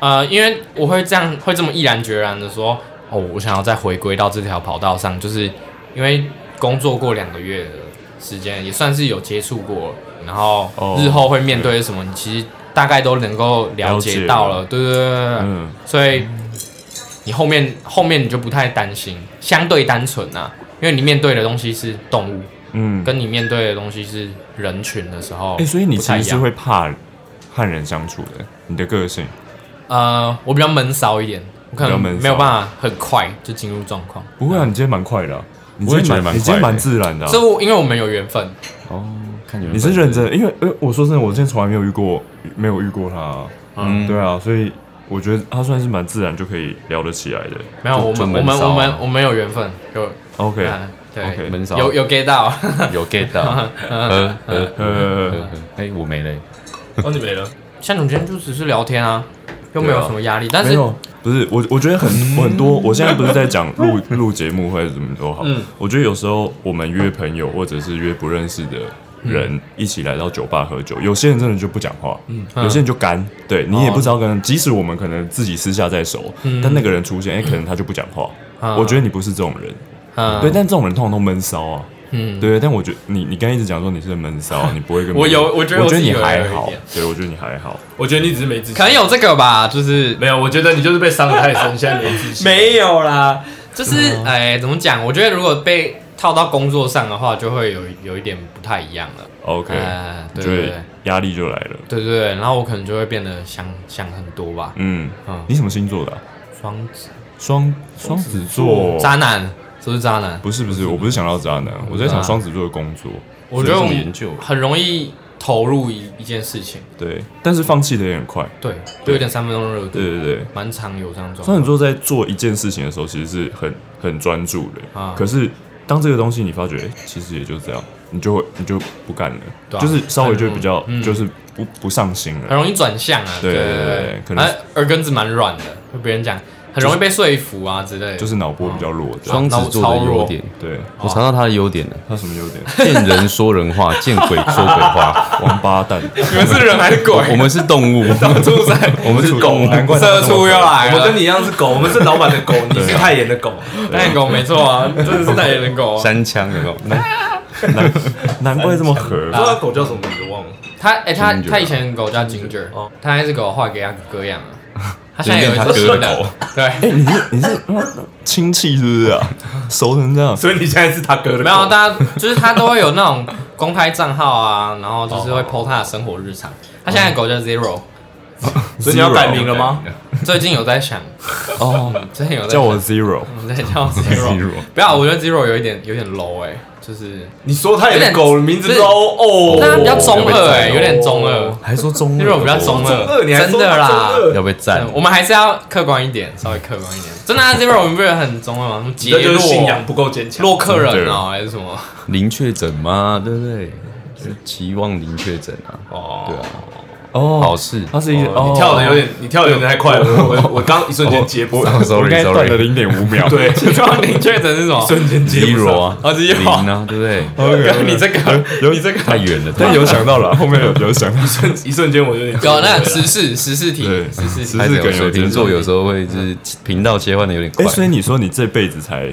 呃，因为我会这样，会这么毅然决然的说，哦，我想要再回归到这条跑道上，就是因为工作过两个月的时间，也算是有接触过，然后哦日后会面对什么，你其实大概都能够了解到了，对对对对对，嗯，所以你后面后面你就不太担心，相对单纯啊，因为你面对的东西是动物，嗯，跟你面对的东西是人群的时候，哎、所以你不其太实一是样会怕和人相处的，你的个性呃，我比较闷骚一点，我可能比较闷骚没有办法很快就进入状况。不会啊，你今天蛮快的、啊，你我也今觉天得蛮蛮，你今天快的蛮自然的、啊这。我因为我们有缘分，哦，看你们你是认真，因为呃，我说真的，我之前从来没有遇过，没有遇过他、嗯嗯，对啊，所以我觉得他算是蛮自然就可以聊得起来的。没有就我就们我闷们骚啊我们我们有缘分，有 OK，啊对 OK，闷骚，有有 get 到，有 get 到，呵呵呵呃呵，哎，我没嘞，哦，你没了，像总监就只是聊天啊，又没有什么压力，但没是嗯有，不是我，我觉得很我很多，我现在不是在讲录 录节目或者怎么都好，嗯我觉得有时候我们约朋友或者是约不认识的人嗯一起来到酒吧喝酒，有些人真的就不讲话，啊有些人就干，对你也哦不知道跟，即使我们可能自己私下在熟，嗯但那个人出现，哎，可能他就不讲话，啊我觉得你不是这种人，嗯对，但这种人通常都闷骚啊。嗯对，但我觉得你你刚才一直讲说你是闷骚，啊 你不会跟我有我我觉得我我觉得自己你有有还一好点，对我觉得你还好，我觉得你只是没自信。可能有这个吧，就是没有，我觉得你就是被伤得太深，现在没自信。 没有啦，就是嗯哎怎么讲？我觉得如果被套到工作上的话，就会有有一点不太一样了。 OK，、哎你对就对会对压力就来了。对对对，然后我可能就会变得想想很多吧。嗯嗯，你什么星座的啊、双子双双子座。渣男，是不是渣男？哦不是不是，我不是想到渣男，我在想双子座的工作。我觉得这我种们研究很容易投入一一件事情，对，但是放弃的也很快。对，就有点三分钟热对度，对对，蛮常有这样状双况子。座在做一件事情的时候，其实是很很专注的。啊可是当这个东西你发觉，诶其实也就这样，你就会你就不干了，对啊就是稍微就比较、嗯就是不不上心很了。容易转向啊，对对对对对对对，可能啊耳根子蛮软的，被别人讲很容易被说服啊之类的，就是脑波比较弱的。啊双子座的优点，对，我查到他的优点了，他什么优 点？见人说人话，见鬼说鬼话。王八蛋，你们是人还是我鬼？们是动物，住啊在 我们是动物，难怪他社畜又来我跟了，你一样是狗，我们是老板 的狗，你是太妍的狗。啊代言狗没错啊，真的是代言人狗啊。山枪有没有？ 难怪这么合。不知道狗叫什么名字忘了，他哎，他 Ginger 他以前的狗叫 Ginger，他哦那只狗后来给他哥养了，他现在有变一他只哥新的狗的，对。哎、你是你是亲戚是不是啊？熟成这样，所以你现在是他哥的没有，啊狗。大家就是他都会有那种公开账号啊，然后就是会哦 PO 他的生活日常。他现在的狗叫 Zero，所以你要改名了吗？最近有在想，哦，最近有在想叫我 Zero， 我们在 叫哦 Zero。不要，我觉得 Zero 有一点有点 low 哎、就是你说他有的点狗名字都哦，但他比较中二哎、哦有点中二。还说中二 Zero 比较中中二二，你还真说的他中啦二。要被赞嗯，我们还是要客观一点，稍微客观一点。真的、啊、，Zero 我们不是很中二吗？什么你杰这就是洛、信仰不够坚强。洛克人哦、还是什么？ 零确诊嘛，对不对？是期望零确诊啊，哦，对啊，哦，好事。他是一个哦，跳的有点，你跳的有点太快了，我我我刚一瞬间接不上。哦 sorry 断了 sorry，零点五秒，对， 希望你确诊是什么？瞬间接不 zero 上。啊，哦，zero 零啊，对不对？ ，OK，你这个有你这个，太远了，哦但有想到 了，后面有有想到，一瞬间我有点有那个时事时事题，对时事题时事还是有梗有水瓶节奏座有时候会就是频道切换的有点快哎，，所以你说你这辈子才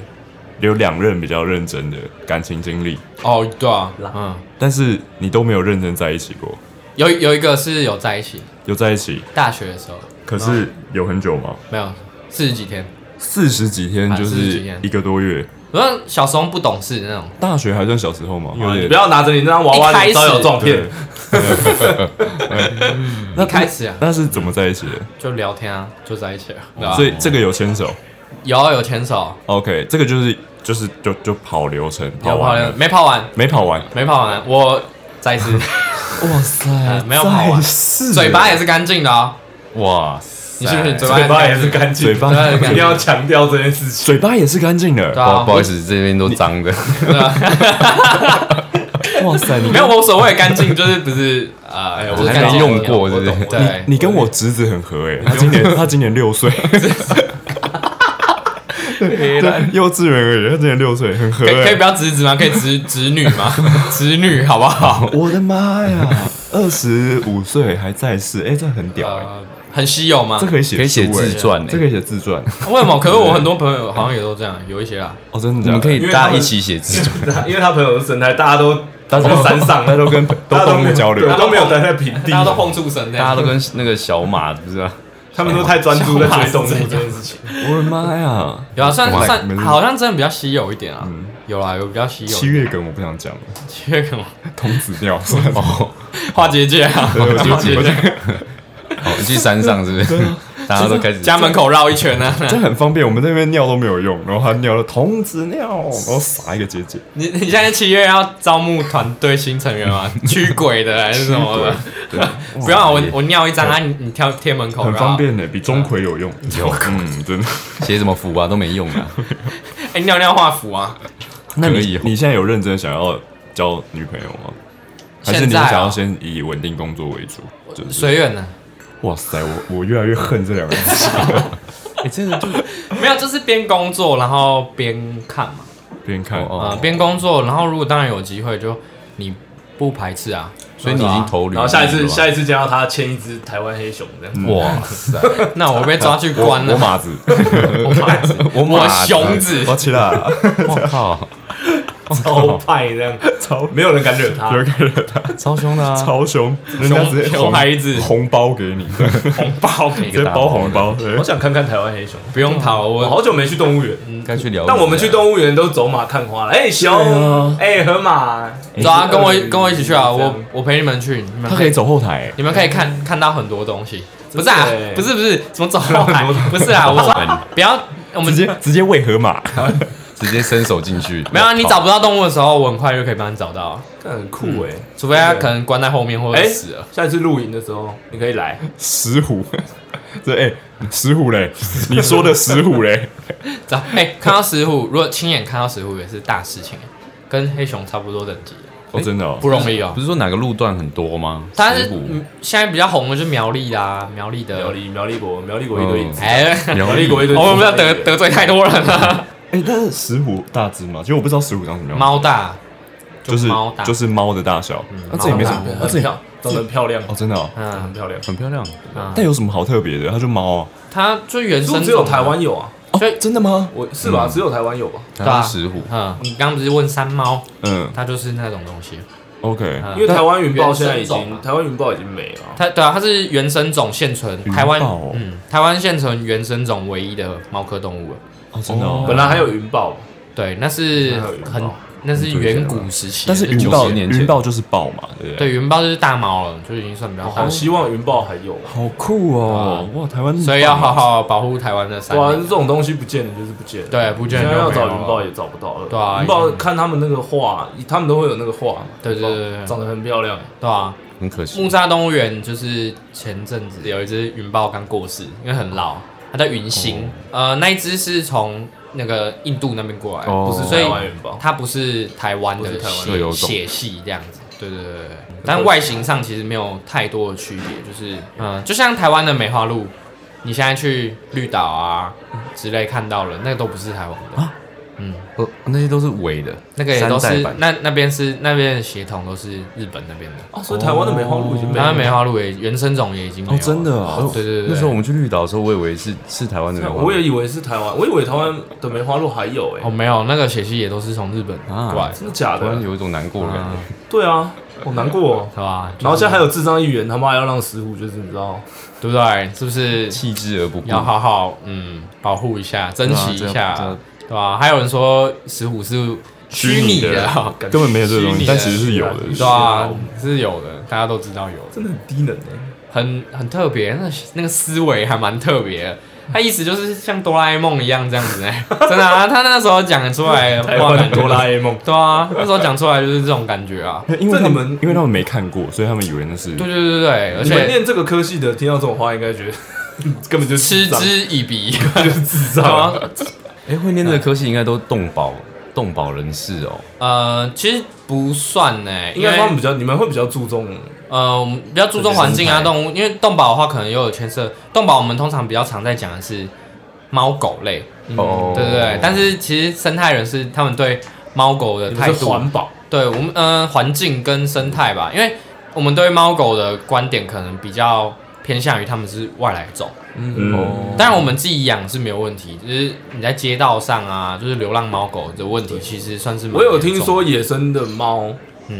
有两任比较认真的感情经历，哦，对啊，嗯，但是你都没有认真在一起过，有有一个是有在一起，有在一起，大学的时候可是有很久吗？没有四十几天，四十几天啊就40几是天一个多月，我说小时候不懂事那种，大学还算小时候吗？啊有你点不要拿着你那张娃娃脸招摇 撞骗对。。 那一开始啊那是怎么在一起的？就聊天啊，就在一起了，对吧？所以这个有牵手有有牵手， ，OK，这个就是就是就就跑流程，跑有跑完完了没跑完，没跑完？没跑完，我再一次，哇塞嗯没有跑完是嘴巴也是干净的哦，哇，你信不信？嘴嘴巴巴 也是干净，嘴巴也是干净一定要强调这件事情。嘴巴也是干净的对，不啊，不好意思，这边都脏的，哇塞，你没有我所谓的干净，就是不是呃，就我是还干没净用过，对不对？ 对，你跟我侄子很合诶，他今年他今年六岁，对， 幼稚园而已，他今年六岁，很合可以可以欸不。要侄子吗？可以侄侄女吗？侄女好不好？我的妈呀，二十五岁还在世，哎，这很屌哎，呃，很稀有吗这？可以写可以写书欸自传欸这可以写自传。为什么？可是我很多朋友好像也都这样，有一些啊，哦，真我的假的？们可哦以大家一起写字，因为他朋友是生态，大家都大家都山上，大家都跟 都大家动没物有交流对，都没有待在平地大，家都碰畜生这大家样，都跟那个小 马不是啊？他们都太专注在追动物这件事情。我的妈呀！有啊，算哇没算事好像真的比较稀有一点啊，有啦，有比较稀有七的，月梗我不想讲了，七月可能童子尿算了。化结界啊，对我觉得化结我觉界，哦，去山上是不是？大家都开始家门口绕一圈啊，这很方便，我们那边尿都没有用，然后他尿了童子尿，然后撒一个结节，你你现在七月要招募团队新成员吗？驱鬼的还是什么的？不要啊，我我尿一张啊，你你跳贴门口，啊很然后方。便呢，比钟馗有用。 有，嗯，真的。写什么符啊都没用啊。哎，尿尿画符啊，那可以你哦你现在有认真想要交女朋友吗？还是现你在啊想要先以稳定工作为主？就是随缘呢。啊哇塞，我我越来越恨这两个字，没有，就是边工作然后边看嘛，边看哦啊，边工作，然后如果当然有机会就你不排斥啊，所以你已经投履历然了后吧，下一次，下一次见到他牵一只台湾黑熊这嗯样。哇，那我被抓去关哦我了，马子，我马子，我熊子， 我起 来了，我靠，超派这样， 超没有人敢惹他有，人看了他超凶的啊！超凶，人家直接熊红孩子红包给你，直红包，接包红包，对好想看看台湾黑熊。不用逃，我我好久没去动物园，嗯该去聊一下。但我们去动物园都走马看花了。哎，啊熊，哎，河马，走啊，哎跟我一跟我一起去啊，这样我我陪你们去，你 们他可以走后台，欸你们可以看看到很多东西，不是啊真的欸，不是不是，怎么走后 台？不是啊，我说不要，我们直接直接喂河 马，直接伸手进 去，没有啊，你找不不到动物的时候，我很快就可以帮你找到，啊看很酷嗯哎。除非它可能关在后面或者哎死了。，下一次露营的时候你可以来，石虎， 这哎石虎 嘞，你说的石虎嘞， 找哎，看到石虎，如果亲眼看到石虎也是大事情，跟黑熊差不多等级，哦真的哦不，容易哦不。是说哪个路段很多吗？但是石虎嗯现在比较红的就是苗栗啦，苗栗的苗栗苗栗国苗栗国一嗯堆影子， 哎，苗栗国一堆，我们不要得得罪太多人 了。哎，但是石虎大只嘛，其实我不知道石虎长什么样，猫大，就是猫大就是猫的大嗯小，那这也没什么，那这很也漂长得很漂亮，哦真的哦，嗯很，漂亮。很漂亮，嗯但有什么好特别的？它就猫啊，它就原是不生是只有种啊台湾有啊？所以真的吗？我是吧？只有台湾有啊它吧？是石虎，嗯，你刚刚不是问山猫，嗯它就是那种东西。 ，OK，嗯因为台湾云豹现在已原生种啊经台湾云豹已经没了啊，它对啊，它是原生种现存豹哦台湾，嗯，台湾现存原生种唯一的猫科动物了。哦真的哦，本来还有云豹，对，那是还有云豹很那是远古时期的，但是就云90豹年云豹就是豹嘛，对不对？对云豹就是大猫了，就已经算比较大好，希望云豹还有啊。好酷哦！哇，台湾所以要好好保护台湾的山对啊，林。这种东西不见了就是不见了。哦对不见了现在要找就没有了云豹也找不到了。对啊云豹看他们那个画，他们都会有那个画。对对对对云豹对长得很漂亮。对啊，很可木惜。栅动物园就是前阵子有一只云豹刚过世，因为很老，它叫云星。哦呃，那一只是从那个印度那边过来的，哦不是所以台湾云豹它不是台湾的不是台湾血特有种血系这样子。对对对对对，但外形上其实没有太多的区别，就是嗯、呃就像台湾的梅花鹿，你现在去绿岛啊之类看到了，那个都不是台湾的，呃，那些都是伪的，那个也都山寨是版那那边是那边的血统都是日本那边的。哦，所以台湾的梅花鹿已经没台了。湾梅花鹿也原生种也已经没有哦了真的哦对对对，啊那时候我们去绿岛的时候，我以为是是台湾的人，我也以为是台湾，我以为台湾的梅花鹿还有哦哎，没有那个血系也都是从日本啊过来的，真的假突然的？有一种难过的感觉。对啊，好难过哦。是吧？然后现在还有智障议员，他妈要让石虎，就是你知道，对不对？是不是弃之而不顾，要好好嗯保护一下，珍惜一对啊这下样，对吧？还有人说石虎是虚虚拟拟的，的 根本没有这个东西，但其实是有的。对啊，是有的，大家都知道有的，真的很低能哎。很很特别，那那个思维还蛮特别的。他意思就是像哆啦 A 梦一样这样子、欸， 真的啊！他那时候讲出来，台湾的哆啦 A 梦，对啊，那时候讲出来就是这种感觉啊。因为他这你们因为他们啊没看过，所以他们以为那是对对对对，而你们且念这个科系的，听到这种话应该觉得 根本就嗤是智障之以鼻，就是智 障啊。啊，哎，会念这个科系应该都动保动保人士哦。呃，其实不算呢、应因该为他们比较，你们会比较注重呃，我们比较注重环境生啊，态动物，因为动保的话可能又有牵涉。动保我们通常比较常在讲的是猫狗类，哦嗯对对对。但是其实生态人士他们对猫狗的你态们是度，环保，对我们嗯、呃环境跟生态吧，因为我们对猫狗的观点可能比较偏向于他们是外来种，哦嗯，当然我们自己养是没有问题，就是你在街道上啊，就是流浪猫狗的问题，其实算是蛮我有听严重的说野生的猫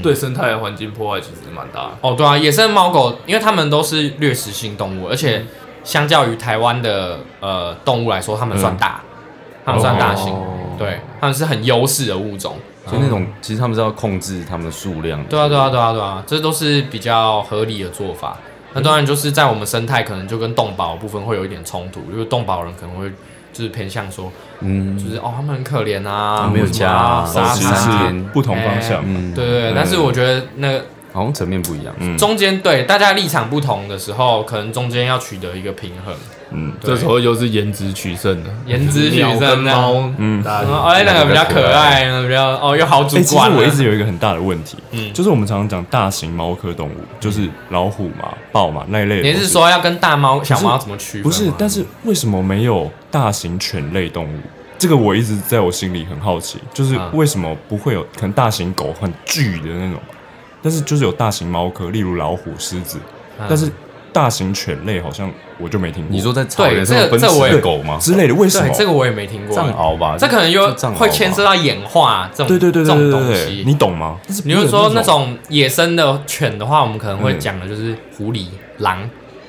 对生态环境破坏其实蛮大的。哦，对啊，野生猫狗，因为它们都是掠食性动物，而嗯且相较于台湾的呃动物来说，它们算大，嗯它们算大型，哦对，它们是很优势的物种。就那种其实他们是要控制他们的数量的。对啊，对啊，对啊，对啊，这都是比较合理的做法。那当然就是在我们生态可能就跟动保的部分会有一点冲突，因为动保人可能会就是偏向说，嗯，就是哦，他们很可怜啊，没有为什么家啊啊，哦杀其生实啊，是不同方向，哎嗯，对对对。但是我觉得那个好像层面不一样。嗯，中间对大家立场不同的时候，可能中间要取得一个平衡。嗯，对这时候又是颜值取胜的，颜值取胜鸟跟这样猫，嗯嗯，大家啊哦，哎，那个比较可爱，那个比较哦，又好主哎、其实观啊。我一直有一个很大的问题，嗯就是我们常常讲大型猫科动物，就是老虎嘛、豹嘛那一类的东你西。是说要跟大猫、小猫怎么区分吗？不是？但是为什么没有大型犬类动物？这个我一直在我心里很好奇，就是啊为什么不会有可能大型狗很巨的那种，但是就是有大型猫科，例如老虎、狮子，啊但是大型犬类好像我就没听过。你说在草原对上这个奔这驰我也的狗吗？之类的，为什么对？这个我也没听过，藏獒吧，这可能又是藏獒吧会牵涉到演化这种对对对这对对种东对对，你西。懂吗？但是你不就能说那种野生的犬的话，我们可能会嗯讲的就是狐狸、狼，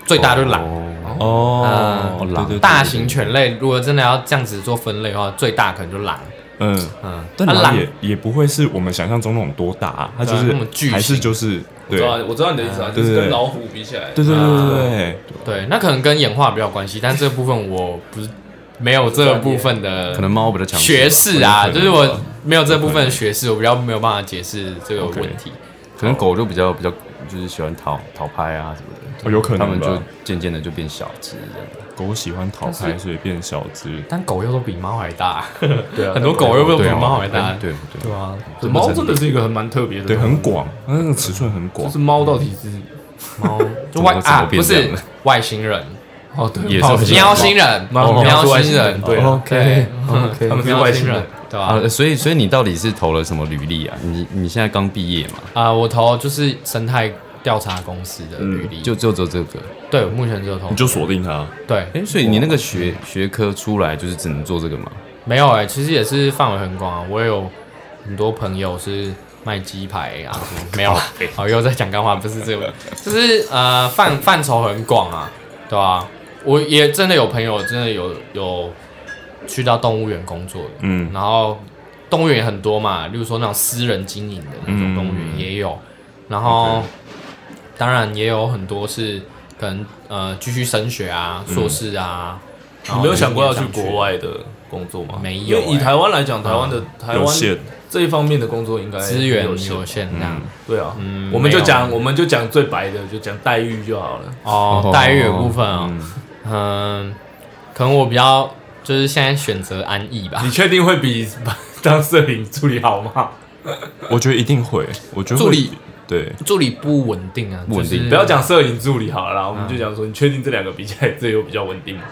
最大就是狼。哦哦，嗯对对对啊呃大型犬类如果真的要这样子做分类的话，最大可能就狼。嗯，嗯，但啊狼狼也也不会是我们想象中那种多大、啊，它就对是啊那么巨型还是就是我对知道，我知道你的意思啊，就对是对跟老虎比起来，对对对对对对，对，那可能跟演化比较有关系，但这部分我不是没有这部分的可能猫比较强势吧。学士啊，可能就是我没有这部分的学士，我比较没有办法解释这个问题。可能狗就比较比较就是喜欢讨讨拍啊什么的，哦有可能他们就吧渐渐的就变小只这样。狗喜欢淘汰，所以变小只。但狗又都比猫 还大，对啊，很多狗又都比哦猫还大，对对对啊，对猫真的是一个很蛮特别的，对，很，广，它那个尺寸很广就。是猫到底是猫就么 外怎么啊变不这样是了外星人，哦，对，野猫生是喵星人，哦猫喵外星人，哦对啊 OK， ，OK，他们是喵外星星人人，，对吧？啊，所以所以你到底是投了什么履历啊？你你现在刚毕业嘛？啊，我投就是生态调查公司的履历，就就只有这个。对，我目前只有投嗯你就锁定它，对，哎，所以你那个学学科出来就是只能做这个嘛？没有哎、其实也是范围很广啊。我也有很多朋友是卖鸡排啊，什么没有啦，哦，又在讲干话，不是这个，就是呃范范畴很广啊，对吧、我也真的有朋友真的有有去到动物园工作的，嗯，然后动物园也很多嘛，例如说那种私人经营的那种动物园也有，然后当然也有很多是可能呃继续升学啊、硕士啊，然你后没有想过要去上国外的工作吗？啊没有因为以欸台湾来讲，台湾的台有湾限这一方面的工作应该资源有有限这样。对啊嗯，我们就没讲有我们就讲最白的，就讲待遇就好了。哦，待遇的部分啊、嗯可能我比较就是现在选择安逸吧你。确定会比当摄影助理好吗？我觉得一定会，我觉得会助理对，助理不稳定啊，不稳定就是不要，讲摄影助理好了啦，我们就讲说，你确定这两个比起来，这有比较稳定吗？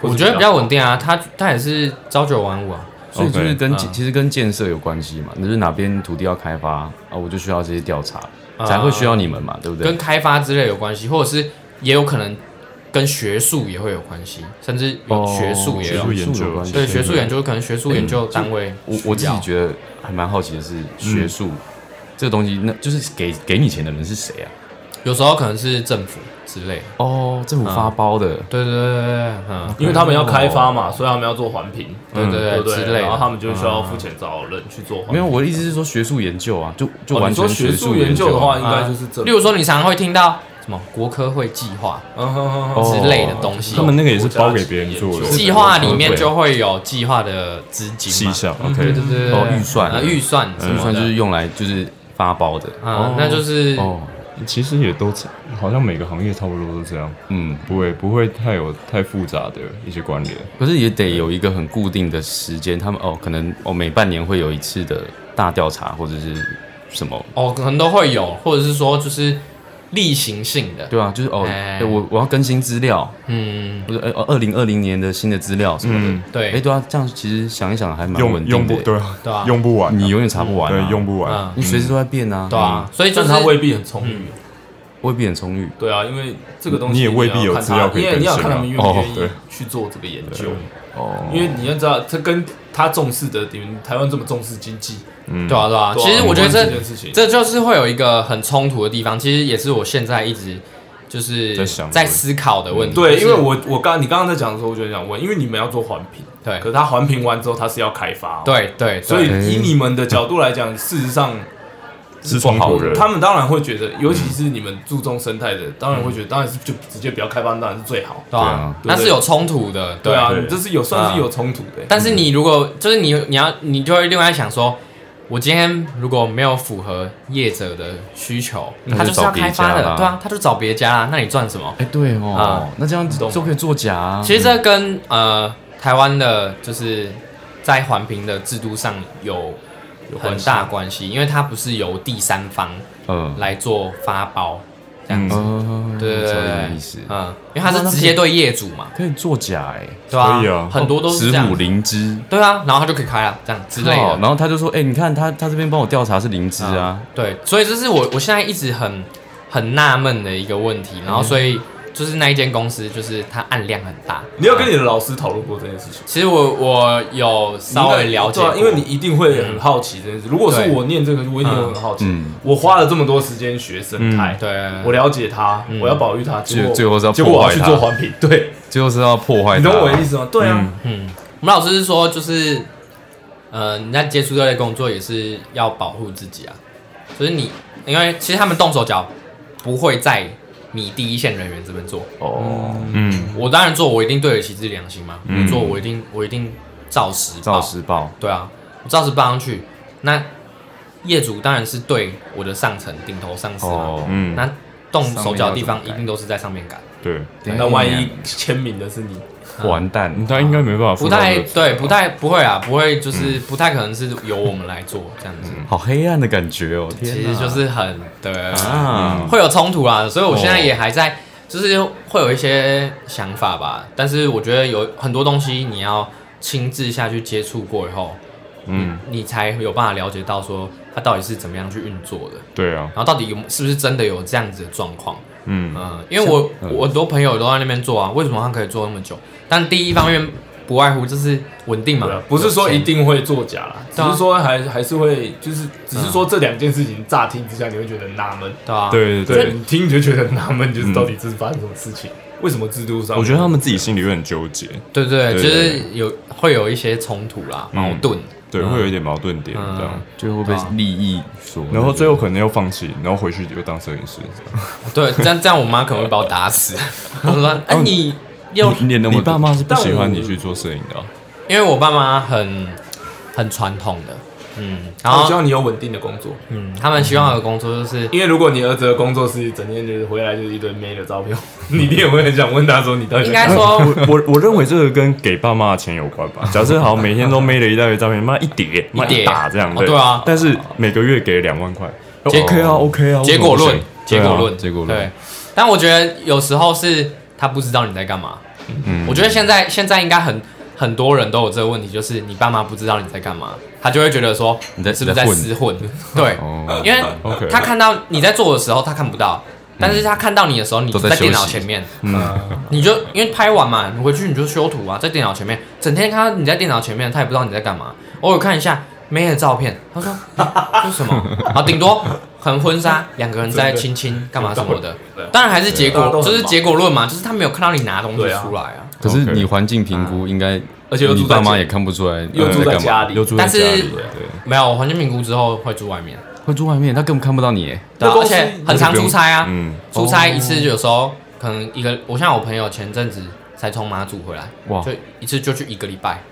我觉得比较稳定啊。他他也是朝九晚五啊，所以就是 OK，跟嗯建其实跟建设有关系嘛，就是哪边土地要开发啊，我就需要这些调查，啊才会需要你们嘛，对不对跟？开发之类有关系，或者是也有可能跟学术也会有关系，甚至哦有学术也学有。术研究有关系对学术研究，可能学术研究单位需我要，我自己觉得还蛮好奇的是，学术、这个东西，那就是给给你钱的人是谁啊？有时候可能是政府之类的。哦，政府发包的，对对对对对，嗯，因为他们要开发嘛，所以他们要做环评，对对对不对，之对？类然后的。他们就需要付钱找人去做环评。没有，我的意思是说学术研究啊，就就哦完你全说学术术研究究的话，啊应该就是这例如说，你常常会听到什么国科会计划哦之类的东西他，们那个也是包给别人做的计划里面就会有计划的资金细嘛，项，OK，对对对哦对，预算嗯啊预算什么的，预算就是用来就是发包的。啊，那就是哦，其实也都差好像每个行业差不多都这样，嗯，不会不会太有太复杂的一些关联。可是也得有一个很固定的时间，他们哦，可能哦每半年会有一次的大调查或者是什么，哦，可能都会有，或者是说就是例行性的，对啊，就是哦，哎哎我我要更新资料，嗯，或者呃二零二零年的新的资料什么的。对，哎，对啊，这样其实想一想还蛮稳用定用的不欸，对啊，对啊用不完啊，你永远查不完啊，对用不完，嗯你随时都在变啊，对啊，，所以就但是他未必很充裕。未必很充裕。对啊，因为这个东西你也未必你要有看资料他可以因为你要看他们愿不更愿新啊哦对意去做这个研究。哦因为你要知道，这跟他重视的，你们台湾这么重视经济，嗯对啊，对啊。对啊其实我觉得很关键这件事这情这就是会有一个很冲突的地方，其实也是我现在一直就是在想在思考的问题。对，就是因为我我刚你刚刚在讲的时候，我就想问，因为你们要做环评，对可是它环评完之后，它是要开发、，哦对对，所以对以你们的角度来讲，事实上是冲突的，他们当然会觉得，尤其是你们注重生态的，当然会觉嗯得，当然是就直接不要开发，当然是最好。对啊啊，那是有冲突的，对啊，对你这是有算是有冲突的、但是你如果就是你你要你就会另外想说，我今天如果没有符合业者的需求，那他就就是要找别开发家的，啦对啊，他就找别家啦，那你赚什么？哎，对哦啊，那这样子就可以作假啊。其实这跟呃台湾的就是在环评的制度上有有很大关系，因为它不是由第三方嗯，来做发包这样子，哦，对对稍微有对点对意思，嗯，因为它是直接对业主嘛，可以作假哎，哦对吧、可以啊很多都是十这样五，零只。对啊，然后他就可以开了这样之类哦的，然后他就说：“哎、你看他他这边帮我调查是灵芝啊，对，所以这是我我现在一直很很纳闷的一个问题，嗯然后所以就是那一间公司就是它案量很大，你有跟你的老师讨论过这件事情？其实我我有稍微了解对过，嗯啊，因为你一定会很好奇这件事。如果是对我念这个，我一定会很好奇。嗯我花了这么多时间学生态，对啊我了解它，嗯我要保育它，结最果最后是要结果破我要坏去它做环评，对，最后是要破坏。”你懂我的意？思吗？对啊，嗯，我们老师是说，就是呃，你在接触这类工作也是要保护自己啊，就是你，因为其实他们动手脚不会在你第一线人员这边做。哦，嗯，我当然做，我一定对得起自己良心嘛。嗯我做，我一定我一定照实报照实报，对啊，我照实报上去。那业主当然是对我的上层顶头上司嘛，啊哦，嗯，那动手脚的地上面要怎么方改一定都是在上面改。对，那万一签名的是你，嗯完蛋，他应该没哦办法不负担太这个，对，不太不会啊，不会嗯就是不太可能是由我们来做这样子，好黑暗的感觉哦，其天哪实就是嗯很对，啊，哦会有冲突啦，所以我现在也还在，就是会有一些想法吧，但是我觉得有很多东西你要亲自下去接触过以后，嗯，你才有办法了解到说它到底是怎么样去运作的，对啊，然后到底有是不是真的有这样子的状况，嗯，嗯，因为我我很多朋友都在那边做啊，为什么他可以做那么久？但第一方面不外乎就是稳定嘛对啊，不是说一定会作假啦，只对啊是说还还是会，就是只是说这两件事情乍听之下你会觉得很纳闷，对嗯啊，对对对，对，你听你就觉得很纳闷，就是到底这是发生什么事情？为什么制度上？我觉得他们自己心里会很纠结，对对，对就是有会有一些冲突啦、嗯矛盾，对，会有一点矛盾点嗯这样，最后被利益所，然后最后可能又放弃，然后回去又当摄影师，对，这样这样我妈可能会把我打死。我说，哎、你又你念那么你多爸妈是不但我喜欢你去做摄影的啊，因为我爸妈很很传统的，嗯，然我后希啊望你有稳定的工作，嗯，他们希望我的工作就是因为如果你儿子的工作是整天就是回来就是一堆妹的照片， 你一定也会很想问他说你到底应在该干嘛说，我我认为这个跟给爸妈的钱有关吧。假设好每天都妹了一大堆照片，妈一叠，妈叠打这样，哦对啊但是每个月给两万块结，OK 啊 OK 啊，结果论，结果对论，啊结果论对，但我觉得有时候是他不知道你在干嘛。嗯，我觉得现在现在应该很很多人都有这个问题，就是你爸妈不知道你在干嘛，他就会觉得说你在是不是在在混厮混？对，哦因为 OK 他看到你在做的时候，他看不到。但是他看到你的时候，你就嗯都在在电脑休息嗯前面， 你就因为拍完嘛，你回去你就修图啊，在电脑前面，整天看到你在电脑前面，他也不知道你在干嘛。偶尔看一下妹的照片，他说嗯这是什么？啊，顶多可能婚纱，两个人在亲亲干嘛什么的。当然还是结啊大家果，都很就忙是结果论嘛，就是他没有看到你拿东西对啊出来啊。可是你环境评估应该，而且又你住在爸妈家也看不出来，呃又住在家里，又住在但家是里，对，没有，我环境评估之后会住外面，会住外面，他根本看不到你哎，对啊、那而公司且很常出差啊，嗯，出差一次有时候可能一个，我像我朋友前阵子才从马祖回来，哇就一次就去一个礼拜，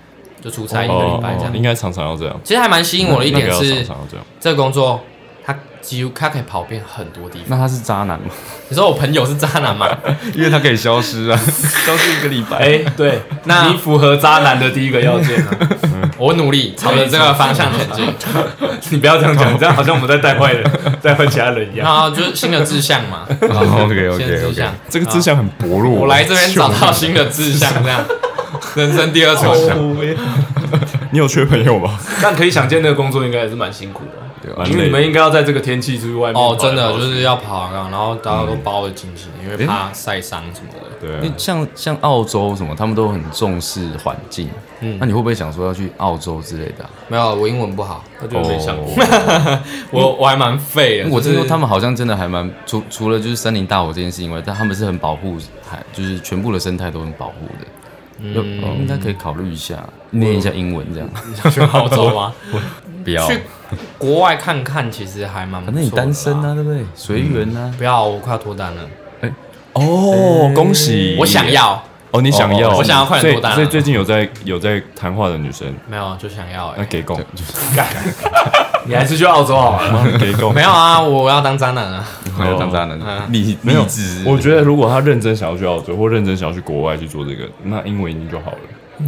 就出差一个礼哦拜这，样。应该常常要这样。其实还蛮吸引我的一那点个要是常，常要 这样，这个工作他几乎他可以跑遍很多地方。那他是渣男吗？你说我朋友是渣 男吗？因为他可以消 失啊，消失一个礼拜。哎，对，那 你符合渣男的第一个要件啊，我努力朝着这个方向 前进。你不要这样讲，这样好像我们在带 坏人，带坏其他人一然样。后就是新的志向 嘛。 OK 新 OK 的志 OK，向，这个志向很薄弱。啊我来这 边找到新的志向，这样人生第二重向。你有缺朋友吗？但可以想见，那个工作应该也是蛮辛苦的，蛮因为累你的们应该要在这个天气出去外面哦跑来，跑去。真的就是要跑啊然后大家都包的紧紧，因为怕晒伤什么的。对因为啊，像像澳洲什么，他们都很重视环境。嗯那你会不会想说要去澳洲之类的啊、没有，我英文不 好，他哦就是没想过。我我还蛮废的。因为我就听是说他们好像真的还蛮除除了就是森林大火这件事情以外，但他们是很保护海，就是全部的生态都很保护的。嗯，应该可以考虑一下，念一下英文这样。去澳洲吗？不哦要，去国外看看，其实还蛮不反错的正啦。你单身啊，对不对？随缘啊。不要，我快要脱单了，哦，恭喜！我想要，哦，你想要，哦我想要快点所以脱单啊所以最近有在有在谈话的女生，没有就想要那哎，给供你还是去澳洲好了。给供 没有啊，我要当渣男啊，还要当渣男，励嗯没有励志。我觉得如果他认真想要去澳洲，或认真想要去国外去做这个，那英文一定就好了。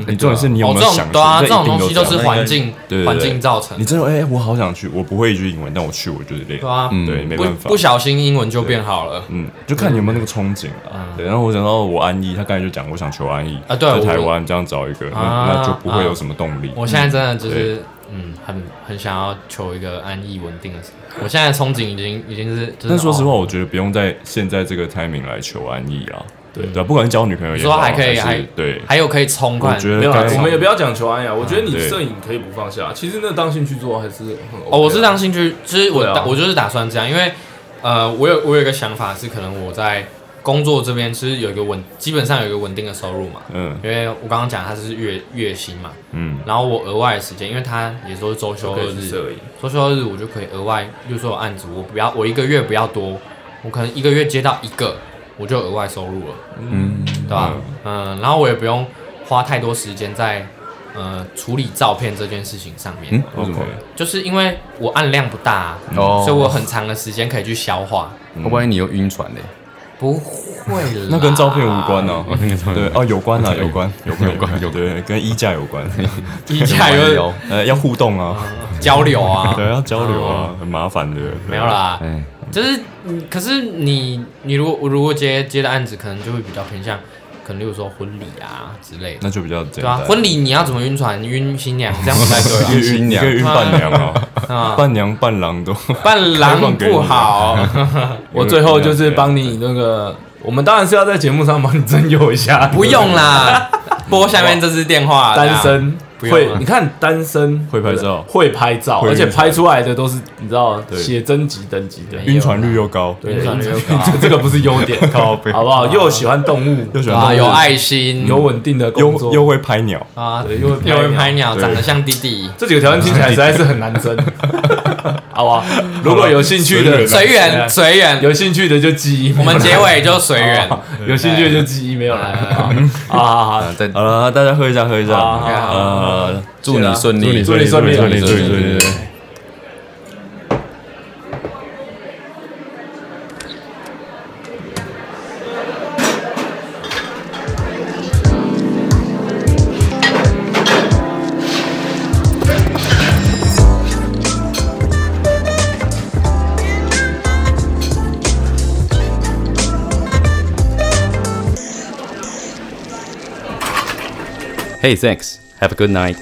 你重点是你有哦没这有种想去？对啊，这这一定种东西都都这是样环境对对对环境造成你。真的哎，我好想去，我不会一句英文，但我去我就是累对。啊，对，没办不法不。小心英文就变好了。嗯，就看你有没有那个憧憬啊。对，然后我想到我安逸，他刚才就讲我想求安逸嗯啊对在我台湾这样找一个，啊那那就不会有什么动力。我现在真的就是，嗯，很很想要求一个安逸稳定的生活。我现在的憧憬已经已经是，就是嗯但说实话，哦我觉得不用在现在这个 timing 来求安逸啊。对对啊，不管是交女朋友也好，你说还可还以是还对，还有可以冲我快。觉得没有啦该，我们也不要讲求安呀。我觉得嗯你对摄影可以不放下，其实那当兴趣做还是很 OK 的哦，我是当兴趣，就是我对啊打、我就是打算这样，因为呃，我有我有一个想法是，可能我在工作这边其实有一个稳，基本上有一个稳定的收入嘛。嗯因为我刚刚讲它是月月薪嘛，嗯，然后我额外的时间，因为它也都是周休可二以去日，哦摄影。周休二日我就可以额外，比如说有案子，我不要我一个月不要多，我可能一个月接到一个，我就额外收入了，嗯，对吧？嗯，然后我也不用花太多时间在呃处理照片这件事情上面，嗯为什么？就是因为我案量不大、啊，哦所以我很长的时间可以去消化。我嗯万一你又晕船嘞，不会啦，那跟照片无关 呢。对哦，有关啊，有关，有关，有关有关对，跟衣架有 关。一下有 呃，要互动啊，交流 啊，对，要交流啊，很麻烦的。没有，啦，哎，就是嗯可是你你如果我如果接接的案子，可能就会比较偏向，可能例如说婚礼啊之类的，那就比较简对啊单。，婚礼你要怎么晕船？晕新娘这样不太你对可以晕，你可以晕伴娘啊，啊，伴娘伴郎都。啊伴郎不好，我最后就是帮你那个，我们当然是要在节目上帮你征友一下。不用啦，拨下面这支电话， 单身不用会啊，你看单身会拍照会拍照，会而且晕船拍出来的都是你知道写真集等级的没。晕船率又高，这样，晕船率又高，这个不是优点，好不好？又喜欢动物，又喜啊，欢有爱心，有稳定的工又作，又会拍鸟，啊，对又会有人拍鸟。鸟，对长得像弟弟，这几个条件听起来实在是很难争，好不好？如果有兴趣的，随缘对啊随缘。有兴趣的就寄 email 我们结尾就随 缘。有兴趣的就哎寄 email 来。好好好，啊，再好了，大家喝一下，喝一下。好好好呃，祝你顺利，祝你顺利，顺利，顺利，顺利。 Hey, thanks. Have a good night.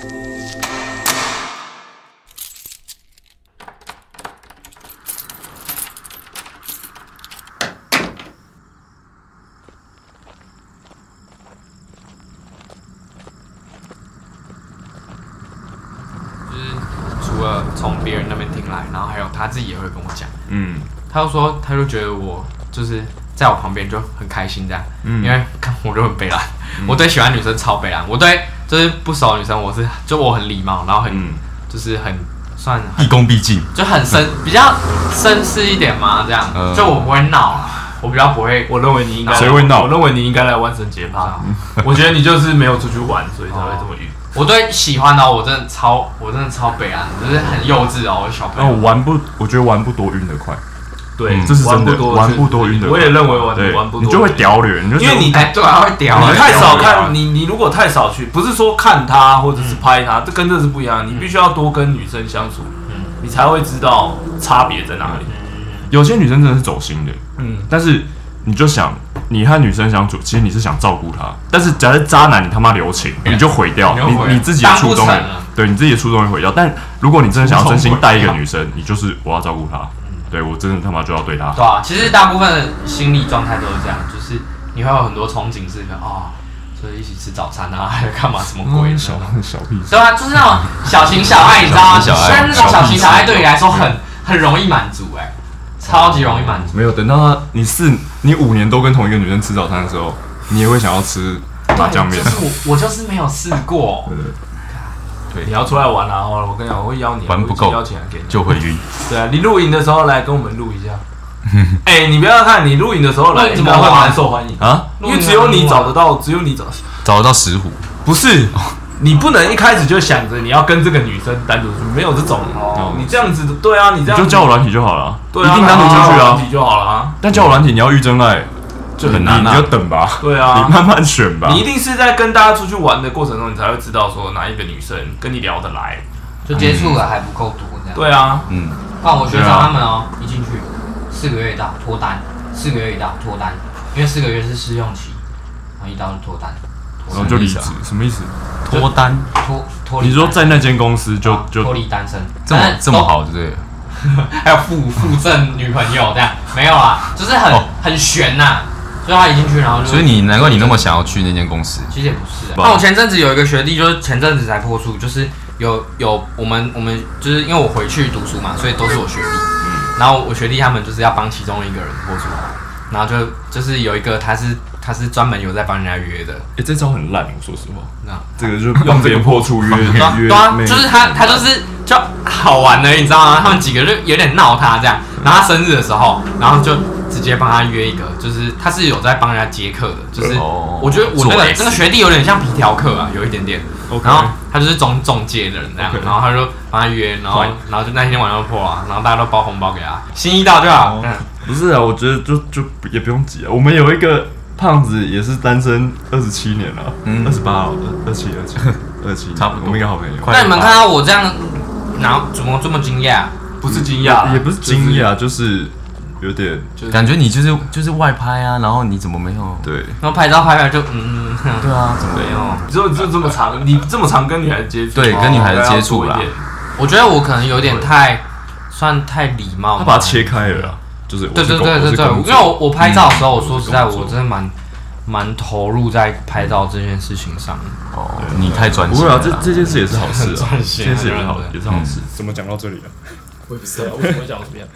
就是除了从别人那边听来，然后还有他自己也会跟我讲，嗯，他就说他就觉得我就是在我旁边就很开心这样，嗯嗯因为看我就很北蓝，我对喜欢女生超北蓝，我对就是不熟的女生我是就我很礼貌，然后很、嗯就是很算毕恭毕敬。就很绅比较绅士一点嘛，这样、嗯就我不会闹啊，我比较不会我认为你应该，谁会闹我认为你应该来万圣节趴。啊 我觉得你就是没有出去玩，所以才会这么晕。哦我对喜欢的我真的超，我真的超北岸，就是很幼稚哦，我小朋那友。我玩不，我觉得玩不多，晕得快。对，嗯这是真的玩不多，玩不多晕的，我也认为玩对玩不多，你就会屌脸，就因觉为得你哎，对啊，会屌啊，你太少看嗯你，你如果太少去，不是说看他或者嗯是拍他，这跟这是不一样。你必须要多跟女生相处，嗯你才会知道差别在哪里。有些女生真的是走心的，嗯，但是你就想，你和女生相处，其实你是想照顾她，但是假如渣男，你他妈留情，你就毁掉，你就毁了你你自己的初衷当也不成啊，对你自己的初衷也毁掉。但如果你真的想要真心带一个女生，你就是我要照顾她，对我真的他妈就要对她对啊，其实大部分的心理状态都是这样，就是你会有很多憧憬，是可能哦，就是一起吃早餐啊， 还有干嘛什么鬼的。小屁对啊，就是那种小情小爱，你知道吗？小情小爱但是那种小情小爱对你来说很很容易满足，哎，超级容易满足。没有，等到她你四你五年都跟同一个女生吃早餐的时候，你也会想要吃麻酱面就。是我，我嗯就是没有试过。 你要出来玩啊！哦我跟你讲，我会邀你啊，玩不够我会邀请来给你。就会晕。对啊，你露营的时候来跟我们录 一下。哎，你不要看你露营的时候露来，营应怎么该会玩蛮受欢迎，啊，因为只有你找得到，只有你找。找得到石虎，不是，你不能一开始就想着你要跟这个女生单独出去，没有这种。哦你这样子，对啊，你这哦你样子就叫我软体就好了，对啊，一定单独出去啊。就好了啊。但叫我软体，你要遇真爱就很难，你就等吧，对你啊，慢慢选吧。你一定是在跟大家出去玩的过程中，你才会知道说哪一个女生跟你聊得来。就接触的还不够多，这样。对啊，嗯，换我学长他们哦，一进去四个月以到脱单，四个月以到脱单，因为四个月是试用期，然后一到就脱单，然后就离职，什么意思？脱单脱脱离你单身。说在那间公司就啊就脱离单身，这么但是这么啊好，对不对了？都，还有附附赠女朋友这样，没有啊，就是很、 哦很悬呐、所以他一进去，然后就所以你难怪你那么想要去那间公司，其实也不是、啊。吧那我前阵子有一个学弟，就是前阵子才破处，就是有有我们我们就是因为我回去读书嘛，所以都是我学弟。嗯然后我学弟他们就是要帮其中一个人破处，然后就就是有一个他是他是专门有在帮人家约的，哎，这招很烂，我说实话，那这个就用点破处约对啊对啊，就是他他就是就好玩而已，你知道吗？他们几个就有点闹他这样，嗯然后他生日的时候，然后就直接帮他约一个，就是他是有在帮人家接客的，就是哦我觉得我那做个 S 那个学弟有点像皮条客啊，有一点点。然后他就是中中介的人那样，然后他就帮他约，然后然后就那天晚上就破了，然后大家都包红包给他，心意到就哦好。嗯不是啊，我觉得就就也不用急啊。我们有一个胖子也是单身二十七年了，二十八了，二七二七二七，差不多我们一个好朋友，那你们看到我这样，然后怎么这么惊讶？不是惊讶啦，也不是惊讶，就是有点感觉你就是就是外拍啊，然后你怎么没有？哦对，然后拍照拍拍就嗯，哦对啊，怎么没有。你就就这么长，你这么长跟女孩子接触，对跟女孩子哦接触啦对啊多一点我觉得我可能有点太算太礼貌，他把它切。开了啊，就是我对是对工对我对是嗯对，工因作为我我拍照的时候，我说实在，我是工我真的蛮蛮投入在拍照这件事情上。哦，你太专不心会了啊，啦。这这件事也是好事啊，专这心啊件事也是好对也是好事。嗯怎么讲到这里啊？我也不知道为什么会讲到这边。